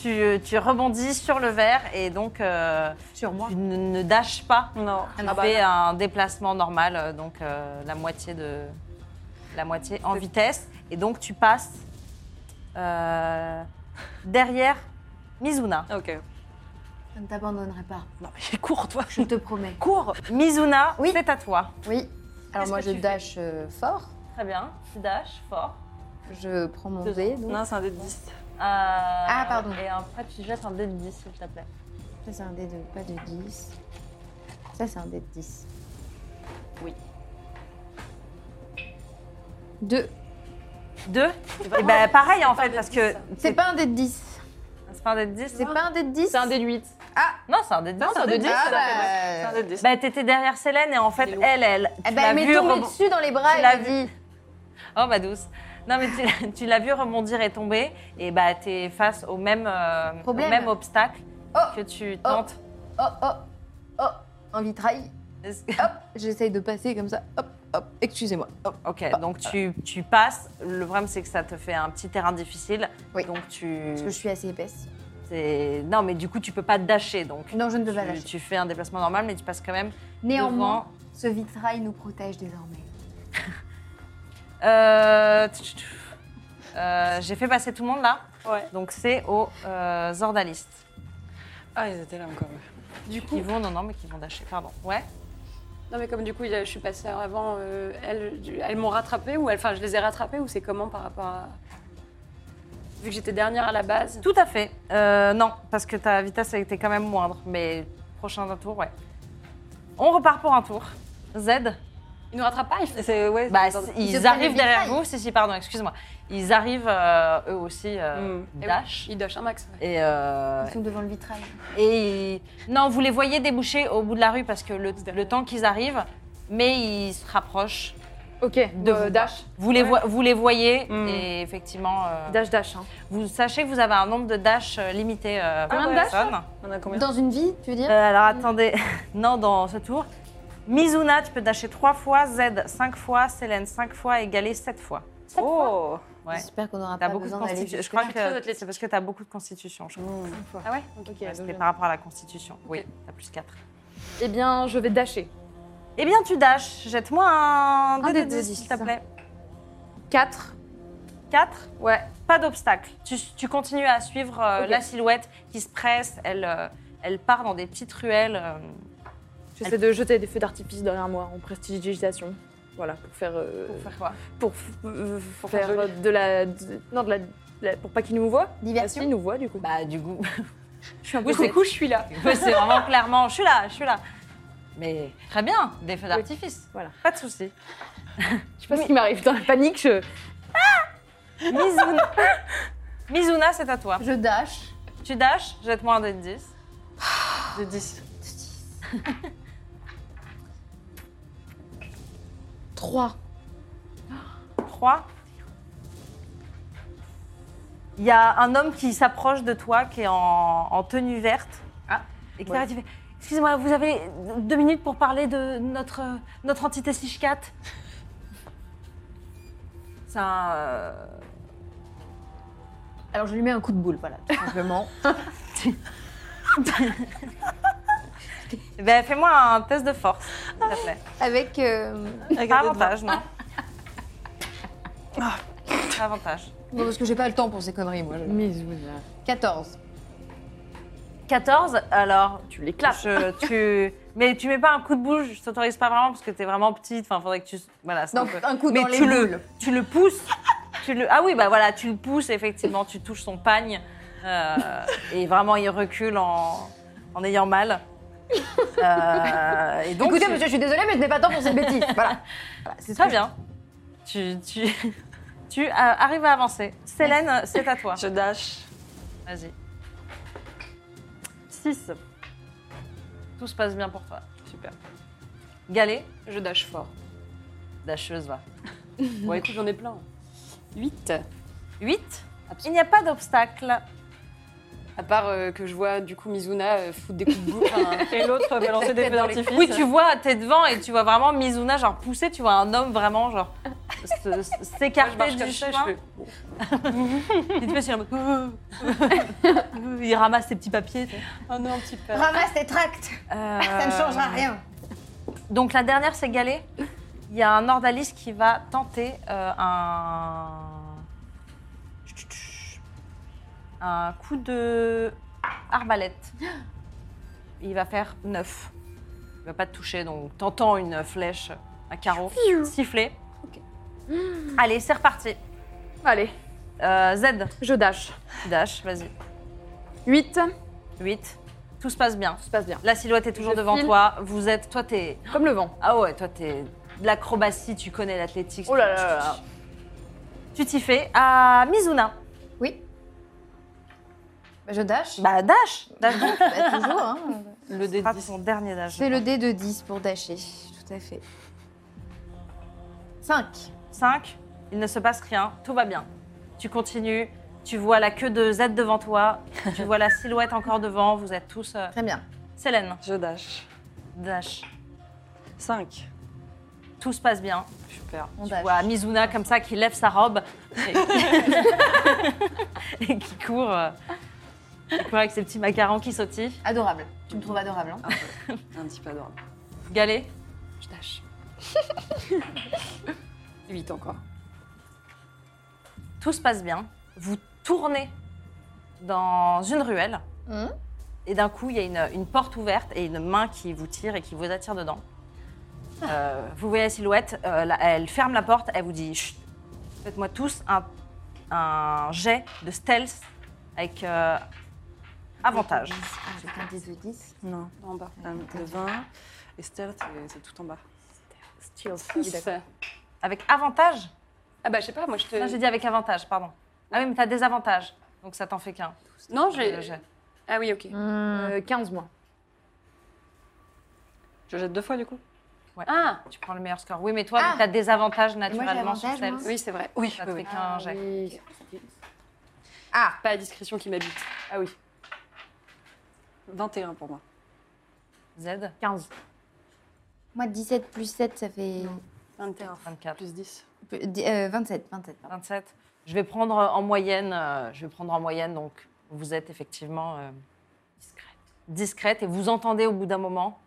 Speaker 1: tu, tu rebondis sur le verre et donc euh,
Speaker 10: Sur moi.
Speaker 1: tu ne, ne dashes pas.
Speaker 7: Non.
Speaker 3: Ah
Speaker 1: Tu fais
Speaker 3: bah.
Speaker 1: un déplacement normal, euh, donc euh, la moitié de la moitié en vitesse. Et donc tu passes euh, derrière Mizuna.
Speaker 7: Ok.
Speaker 3: Je ne t'abandonnerai pas,
Speaker 7: Non mais cours toi.
Speaker 3: je te promets.
Speaker 1: Cours Mizuna,
Speaker 3: Oui.
Speaker 1: c'est à toi.
Speaker 3: Oui. Alors
Speaker 1: Qu'est-ce
Speaker 3: moi
Speaker 1: que
Speaker 3: je
Speaker 1: tu fais
Speaker 3: dash euh, fort.
Speaker 1: Très bien, tu dashes fort.
Speaker 3: Je prends mon
Speaker 1: Deux
Speaker 3: dé. donc.
Speaker 7: Non, c'est un dé de 10.
Speaker 1: ah,
Speaker 3: pardon.
Speaker 1: Et après, tu jettes un dé de 10, s'il te plaît.
Speaker 3: Ça c'est un dé de pas de 10. Ça c'est un dé de 10.
Speaker 1: Oui.
Speaker 3: 2.
Speaker 1: Deux Et ben pareil en fait, parce que.
Speaker 3: C'est pas un dé de 10.
Speaker 1: C'est pas un dé de 10
Speaker 3: C'est pas un dé de 10.
Speaker 5: C'est un dé de 8.
Speaker 1: Non, c'est un dé de 10.
Speaker 5: Non, c'est un dé de 10.
Speaker 3: Ah,
Speaker 5: ça fait-
Speaker 7: C'est
Speaker 3: bah...
Speaker 7: un dé de 10.
Speaker 1: Bah, t'étais derrière Célène et en fait, elle, elle.
Speaker 3: Eh
Speaker 1: tu
Speaker 3: ben,
Speaker 1: l'as
Speaker 3: elle m'est
Speaker 1: vu
Speaker 3: tombée
Speaker 1: rebon-
Speaker 3: dessus dans les bras,
Speaker 1: Tu
Speaker 3: elle
Speaker 1: l'as
Speaker 3: m'a dit.
Speaker 1: Oh, ma douce. Non, mais tu, l'as- tu l'as vu rebondir et tomber. Et bah, t'es face au même, euh, au
Speaker 3: Problème.
Speaker 1: même obstacle
Speaker 3: Oh.
Speaker 1: que tu tentes.
Speaker 3: Oh, oh, oh, un vitrail.
Speaker 1: Est-ce que-
Speaker 3: Hop, j'essaye de passer comme ça. Hop, hop, excusez-moi. Hop.
Speaker 1: Ok, donc
Speaker 3: euh.
Speaker 1: tu, tu passes. Le problème, c'est que ça te fait un petit terrain difficile.
Speaker 3: Oui.
Speaker 1: Donc tu.
Speaker 3: Parce que je suis assez épaisse.
Speaker 1: c'est- Non, mais du coup, tu peux pas dasher. Donc
Speaker 3: Non, je ne peux pas
Speaker 1: tu-
Speaker 3: lâcher.
Speaker 1: tu fais un déplacement normal, mais tu passes quand même.
Speaker 3: Néanmoins,
Speaker 1: devant.
Speaker 3: ce vitrail nous protège désormais.
Speaker 1: Euh, tch, tch, tch. Euh, J'ai fait passer tout le monde là.
Speaker 7: Ouais.
Speaker 1: Donc c'est aux euh, ordalistes.
Speaker 7: Ah, ils étaient là encore.
Speaker 2: Du
Speaker 1: Qui
Speaker 2: coup,
Speaker 1: vont, non, non, mais qui vont dasher. Pardon. Ouais.
Speaker 2: non mais comme du coup, il y a- je suis passée avant, euh, elles, elles m'ont rattrapée ou elles- enfin, je les ai rattrapées ou c'est comment par rapport à. Vu que j'étais dernière à la base.
Speaker 1: Tout à fait. Euh, non, parce que ta vitesse a été quand même moindre. Mais prochain tour, ouais. On repart pour un tour. Z.
Speaker 2: Ils nous rattrapent pas ils font-
Speaker 7: C'est ouais.
Speaker 1: Bah,
Speaker 7: c'est-
Speaker 1: ils,
Speaker 3: prennent
Speaker 1: arrivent
Speaker 3: les
Speaker 1: derrière
Speaker 3: mitrailles.
Speaker 1: vous. Si, si, pardon, excuse-moi. Ils arrivent euh, eux aussi euh,
Speaker 7: Mm.
Speaker 2: Eh oui,
Speaker 1: dash.
Speaker 2: Ils dashent un max. ouais.
Speaker 1: Et, euh,
Speaker 3: Ils sont devant le vitrail.
Speaker 1: et ils- non, vous les voyez déboucher au bout de la rue parce que le, le temps qu'ils arrivent, mais ils se rapprochent
Speaker 5: Ok,
Speaker 1: De
Speaker 5: euh,
Speaker 1: vous.
Speaker 5: dash.
Speaker 1: Vous les, voi- vous les voyez
Speaker 7: Hmm.
Speaker 1: et effectivement, euh,
Speaker 5: Dash, dash. hein.
Speaker 1: vous sachez que vous avez un nombre de dash euh, limité euh, par
Speaker 5: Combien de dash,
Speaker 1: personne.
Speaker 7: On a combien
Speaker 3: Dans une vie, tu veux dire
Speaker 1: Euh, alors attendez, non, dans ce tour. Mizuna, tu peux dasher 3 fois, Z 5 fois, Selene 5 fois et Galé 7 fois.
Speaker 7: Oh
Speaker 1: Ouais.
Speaker 3: J'espère qu'on n'aura
Speaker 1: T'as
Speaker 3: pas
Speaker 1: beaucoup de
Speaker 3: besoin d'aller.
Speaker 1: constitution. Je
Speaker 3: jusque-
Speaker 1: crois
Speaker 2: très
Speaker 1: que c'est parce que t'as beaucoup de constitution. Je crois.
Speaker 7: Ah ouais
Speaker 5: Ok,
Speaker 1: Ouais,
Speaker 5: donc
Speaker 1: C'était
Speaker 5: je-
Speaker 1: par rapport à la constitution. Oui, t'as plus 4.
Speaker 5: Eh bien, je vais dasher.
Speaker 1: Eh bien, tu dashes. Jette-moi un 2
Speaker 3: Un des
Speaker 1: de 10,
Speaker 3: dix,
Speaker 1: s'il te
Speaker 3: ça.
Speaker 1: plaît.
Speaker 5: 4.
Speaker 1: 4
Speaker 5: Ouais.
Speaker 1: Pas d'obstacle. Tu, tu continues à suivre euh,
Speaker 5: Ok.
Speaker 1: la silhouette qui se presse. Elle, euh, elle part dans des petites ruelles. euh,
Speaker 5: J'essaie de jeter des feux d'artifice derrière moi en prestidigitation. Voilà, pour faire. euh,
Speaker 1: pour faire quoi
Speaker 5: pour, f- euh,
Speaker 7: Pour
Speaker 5: faire
Speaker 7: faire joli.
Speaker 5: euh, de la. de- non, de la, de la- Pour pas qu'ils nous voient
Speaker 3: Diversion.
Speaker 5: Ah, s'ils nous voient, du coup.
Speaker 1: Bah, du coup,
Speaker 5: je suis un
Speaker 1: oui, c'est-
Speaker 5: je suis là.
Speaker 1: oui, c'est vraiment clairement. Je suis là, je suis là. Mais très bien, des feux d'artifice.
Speaker 5: voilà.
Speaker 1: Pas de souci.
Speaker 5: Je sais pas ce qui m'arrive. Dans la panique, je.
Speaker 1: Mizuna, Mizuna c'est à toi.
Speaker 3: Je dash.
Speaker 1: Tu dashes, jette-moi un dé de 10.
Speaker 7: De 10.
Speaker 3: 3.
Speaker 1: 3. Il y a un homme qui s'approche de toi, qui est en, en tenue verte. Ah. et qui t'arrête, il fait, Excusez-moi, vous avez deux minutes pour parler de notre, notre entité Sishkat C'est un. euh,
Speaker 3: Alors je lui mets un coup de boule, voilà, tout simplement.
Speaker 1: Eh Ben, Fais-moi un test de force, s'il te plaît.
Speaker 3: Avec. euh,
Speaker 1: Pas avantage, non
Speaker 3: Ah.
Speaker 1: Pas Ah. avantage.
Speaker 3: Non, parce que j'ai pas le temps pour ces conneries, moi. je- 14.
Speaker 1: 14, alors
Speaker 5: Tu l'éclates.
Speaker 1: Je- tu... Mais tu mets pas un coup de boule, je t'autorise pas vraiment parce que t'es vraiment petite. Enfin, faudrait que tu. Voilà, c'est un
Speaker 3: Donc
Speaker 1: peu-
Speaker 3: un coup
Speaker 1: Mais
Speaker 3: dans les
Speaker 1: tu le-
Speaker 3: boules.
Speaker 1: Tu le pousses. tu le... Ah oui, bah voilà, tu le pousses, effectivement, tu touches son pagne. euh, et vraiment, il recule en, en ayant mal. Euh, et donc,
Speaker 3: Écoutez,
Speaker 1: tu-
Speaker 3: monsieur, je suis désolée, mais je n'ai pas le temps pour cette bêtise. Voilà. Voilà, c'est
Speaker 1: très bien. Tu, tu... tu euh, arrives à avancer. Célène, c'est à toi.
Speaker 7: Je dash.
Speaker 1: Vas-y.
Speaker 7: 6.
Speaker 1: Tout se passe bien pour toi.
Speaker 7: Super.
Speaker 1: Galet,
Speaker 7: Je dash fort.
Speaker 1: dacheuse va.
Speaker 7: Bon, écoute, j'en ai plein. 8.
Speaker 1: 8. Il n'y a pas d'obstacle.
Speaker 7: À part euh, que je vois du coup Mizuna euh, foutre des coups de hein. boule et l'autre balancer des feux d'artifice.
Speaker 1: Oui, tu vois, t'es devant et tu vois vraiment Mizuna genre pousser, tu vois un homme vraiment genre se- se-
Speaker 7: Moi, je
Speaker 1: s'écarter
Speaker 7: marche
Speaker 1: du
Speaker 7: comme ça,
Speaker 1: chemin.
Speaker 7: je fais.
Speaker 1: Il te fait signe en mode, euh, Il ramasse ses petits papiers. tu sais.
Speaker 7: Oh non, petit peu.
Speaker 3: Ramasse tes tracts, ça ne changera rien.
Speaker 1: Euh, Donc la dernière, c'est Galet. Il y a un ordaliste qui va tenter euh, un... un coup de arbalète. Il va faire 9. Il va pas te toucher, donc t'entends une flèche, un carreau siffler. Allez, c'est reparti.
Speaker 5: Allez,
Speaker 1: Euh, Z,
Speaker 5: je dash.
Speaker 1: dash, vas-y.
Speaker 5: 8. Ça
Speaker 1: 8. Tout se passe bien.
Speaker 5: se passe bien.
Speaker 1: La silhouette est toujours
Speaker 5: Je
Speaker 1: devant
Speaker 5: file.
Speaker 1: toi. Vous êtes, toi t'es...
Speaker 5: Comme le vent.
Speaker 1: Ah ouais, toi, t'es de l'acrobatie, tu connais l'athlétique.
Speaker 5: Oh là là là.
Speaker 1: Tu t'y fais. À Mizuna.
Speaker 3: Oui. Bah, je dash.
Speaker 1: Bah, dash. dash.
Speaker 3: Bah, toujours, hein.
Speaker 7: Le dé
Speaker 1: C'est
Speaker 7: 10.
Speaker 1: son dernier dash.
Speaker 3: Je fais le dé de 10 pour dasher, tout à fait. 5.
Speaker 1: 5. Il ne se passe rien. Tout va bien. Tu continues. Tu vois la queue de Z devant toi. tu vois la silhouette encore devant. Vous êtes tous. euh,
Speaker 3: Très bien.
Speaker 1: Célène,
Speaker 7: Je dash.
Speaker 1: dash.
Speaker 7: 5.
Speaker 1: Tout se passe bien.
Speaker 7: Super.
Speaker 3: On
Speaker 1: tu
Speaker 3: dash.
Speaker 1: vois Mizuna comme ça qui lève sa robe et, et qui court. euh, qui court avec ses petits macarons qui sautillent.
Speaker 3: Adorable. Tu me trouves adorable. Hein.
Speaker 7: Un petit peu adorable.
Speaker 1: Galet,
Speaker 7: Je dash. 8 encore.
Speaker 1: Tout se passe bien. Vous tournez dans une ruelle.
Speaker 3: Mhm.
Speaker 1: Et d'un coup, il y a une, une porte ouverte et une main qui vous tire et qui vous attire dedans.
Speaker 3: Ah.
Speaker 1: Euh, vous voyez la silhouette, euh, la- elle ferme la porte, elle vous dit Chut, Faites-moi tous un, un jet de stealth avec euh, avantage.
Speaker 3: Avec un 10 de 10.
Speaker 7: Non, en bas.
Speaker 5: Ah,
Speaker 7: Le 20. Esther, c'est tout en bas. Six.
Speaker 1: Avec avantage
Speaker 7: Ah bah je sais pas, moi je te.
Speaker 3: Euh.
Speaker 1: Non, j'ai dit avec avantage, pardon. Ah oui, mais t'as des avantages, donc ça t'en fait qu'un. Euh,
Speaker 7: Non,
Speaker 1: le
Speaker 7: j'ai.
Speaker 1: jet.
Speaker 7: Ah
Speaker 5: Hmm.
Speaker 7: oui, ok.
Speaker 5: Euh, 15 moins.
Speaker 7: Je jette deux fois du coup.
Speaker 1: Ouais.
Speaker 2: Ah,
Speaker 1: Tu prends le meilleur score. Oui, mais toi,
Speaker 3: Ah.
Speaker 1: tu as des avantages
Speaker 3: j'ai
Speaker 1: naturellement sur
Speaker 3: avantage,
Speaker 1: celle.
Speaker 3: moi.
Speaker 2: oui, c'est vrai. Oui,
Speaker 1: Ça te
Speaker 2: oui,
Speaker 1: fait
Speaker 2: oui.
Speaker 1: qu'un jet.
Speaker 2: Ah, pas à discrétion qui m'habite. Ah oui. 21 pour moi.
Speaker 1: Z,
Speaker 5: 15.
Speaker 3: Moi, 17 plus 7, ça fait
Speaker 2: 21
Speaker 1: 24,
Speaker 2: plus 10.
Speaker 3: peu- di- euh, 27. 27 pardon.
Speaker 1: 27. Je vais prendre euh, en moyenne, euh, je vais prendre en moyenne, donc vous êtes effectivement euh, discrète. discrète et vous entendez au bout d'un moment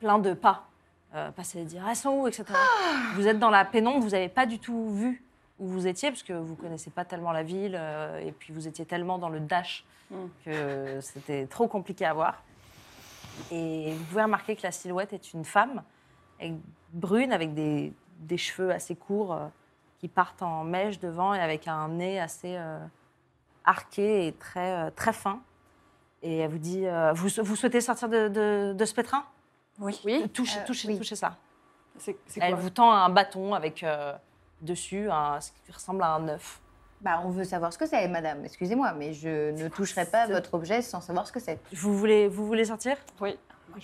Speaker 1: plein de pas euh, passer et dire Elles sont où etc. vous êtes dans la pénombre, vous n'avez pas du tout vu où vous étiez parce que vous connaissez pas tellement la ville euh, et puis vous étiez tellement dans le dash
Speaker 2: Mm.
Speaker 1: que c'était trop compliqué à voir. Et vous pouvez remarquer que la silhouette est une femme avec- brune avec des, des cheveux assez courts. euh, qui partent en mèche devant et avec un nez assez euh, arqué et très, euh, très fin. Et elle vous dit euh, vous, sou- vous souhaitez sortir de, de- de ce pétrin
Speaker 2: Oui.
Speaker 1: touchez,
Speaker 3: Euh,
Speaker 1: touchez,
Speaker 3: oui.
Speaker 1: touchez ça.
Speaker 2: C'est c'est
Speaker 1: Elle
Speaker 2: quoi
Speaker 1: vous tend un bâton avec euh, dessus un- ce qui ressemble à un œuf.
Speaker 3: Bah, on veut savoir ce que c'est, madame. Excusez-moi, mais je ne toucherai pas votre objet sans savoir ce que c'est.
Speaker 1: Vous voulez, vous voulez sortir
Speaker 2: Oui.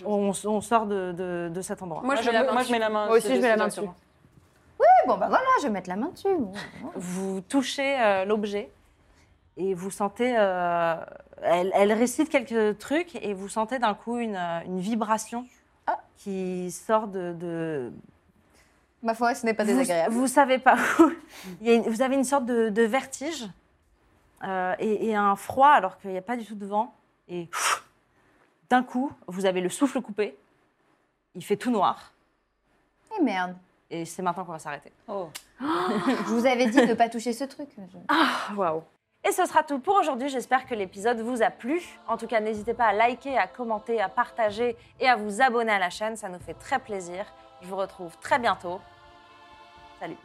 Speaker 1: on, s- on sort de, de- de cet endroit.
Speaker 2: Moi, je, mets la main dessus.
Speaker 5: Moi aussi, je mets la main dessus.
Speaker 3: Oui, bon, bah voilà, je vais mettre la main dessus. Bon, bon.
Speaker 1: Vous touchez euh, l'objet et vous sentez. euh, elle, elle récite quelques trucs et vous sentez d'un coup une, euh, une vibration
Speaker 3: Ah.
Speaker 1: qui sort de. de-
Speaker 3: Ma foi, ce n'est pas
Speaker 1: Vous-
Speaker 3: désagréable.
Speaker 1: Vous, savez pas où. Il y a une- vous avez une sorte de, de vertige euh, et, et un froid alors qu'il n'y a pas du tout de vent. Et d'un coup, vous avez le souffle coupé. Il fait tout noir.
Speaker 3: Eh merde.
Speaker 1: Et c'est maintenant qu'on va s'arrêter.
Speaker 3: Je vous avais dit de ne pas toucher ce truc. Je-
Speaker 1: Ah, Et ce sera tout pour aujourd'hui. J'espère que l'épisode vous a plu. En tout cas, n'hésitez pas à liker, à commenter, à partager et à vous abonner à la chaîne. Ça nous fait très plaisir. Je vous retrouve très bientôt. Salut.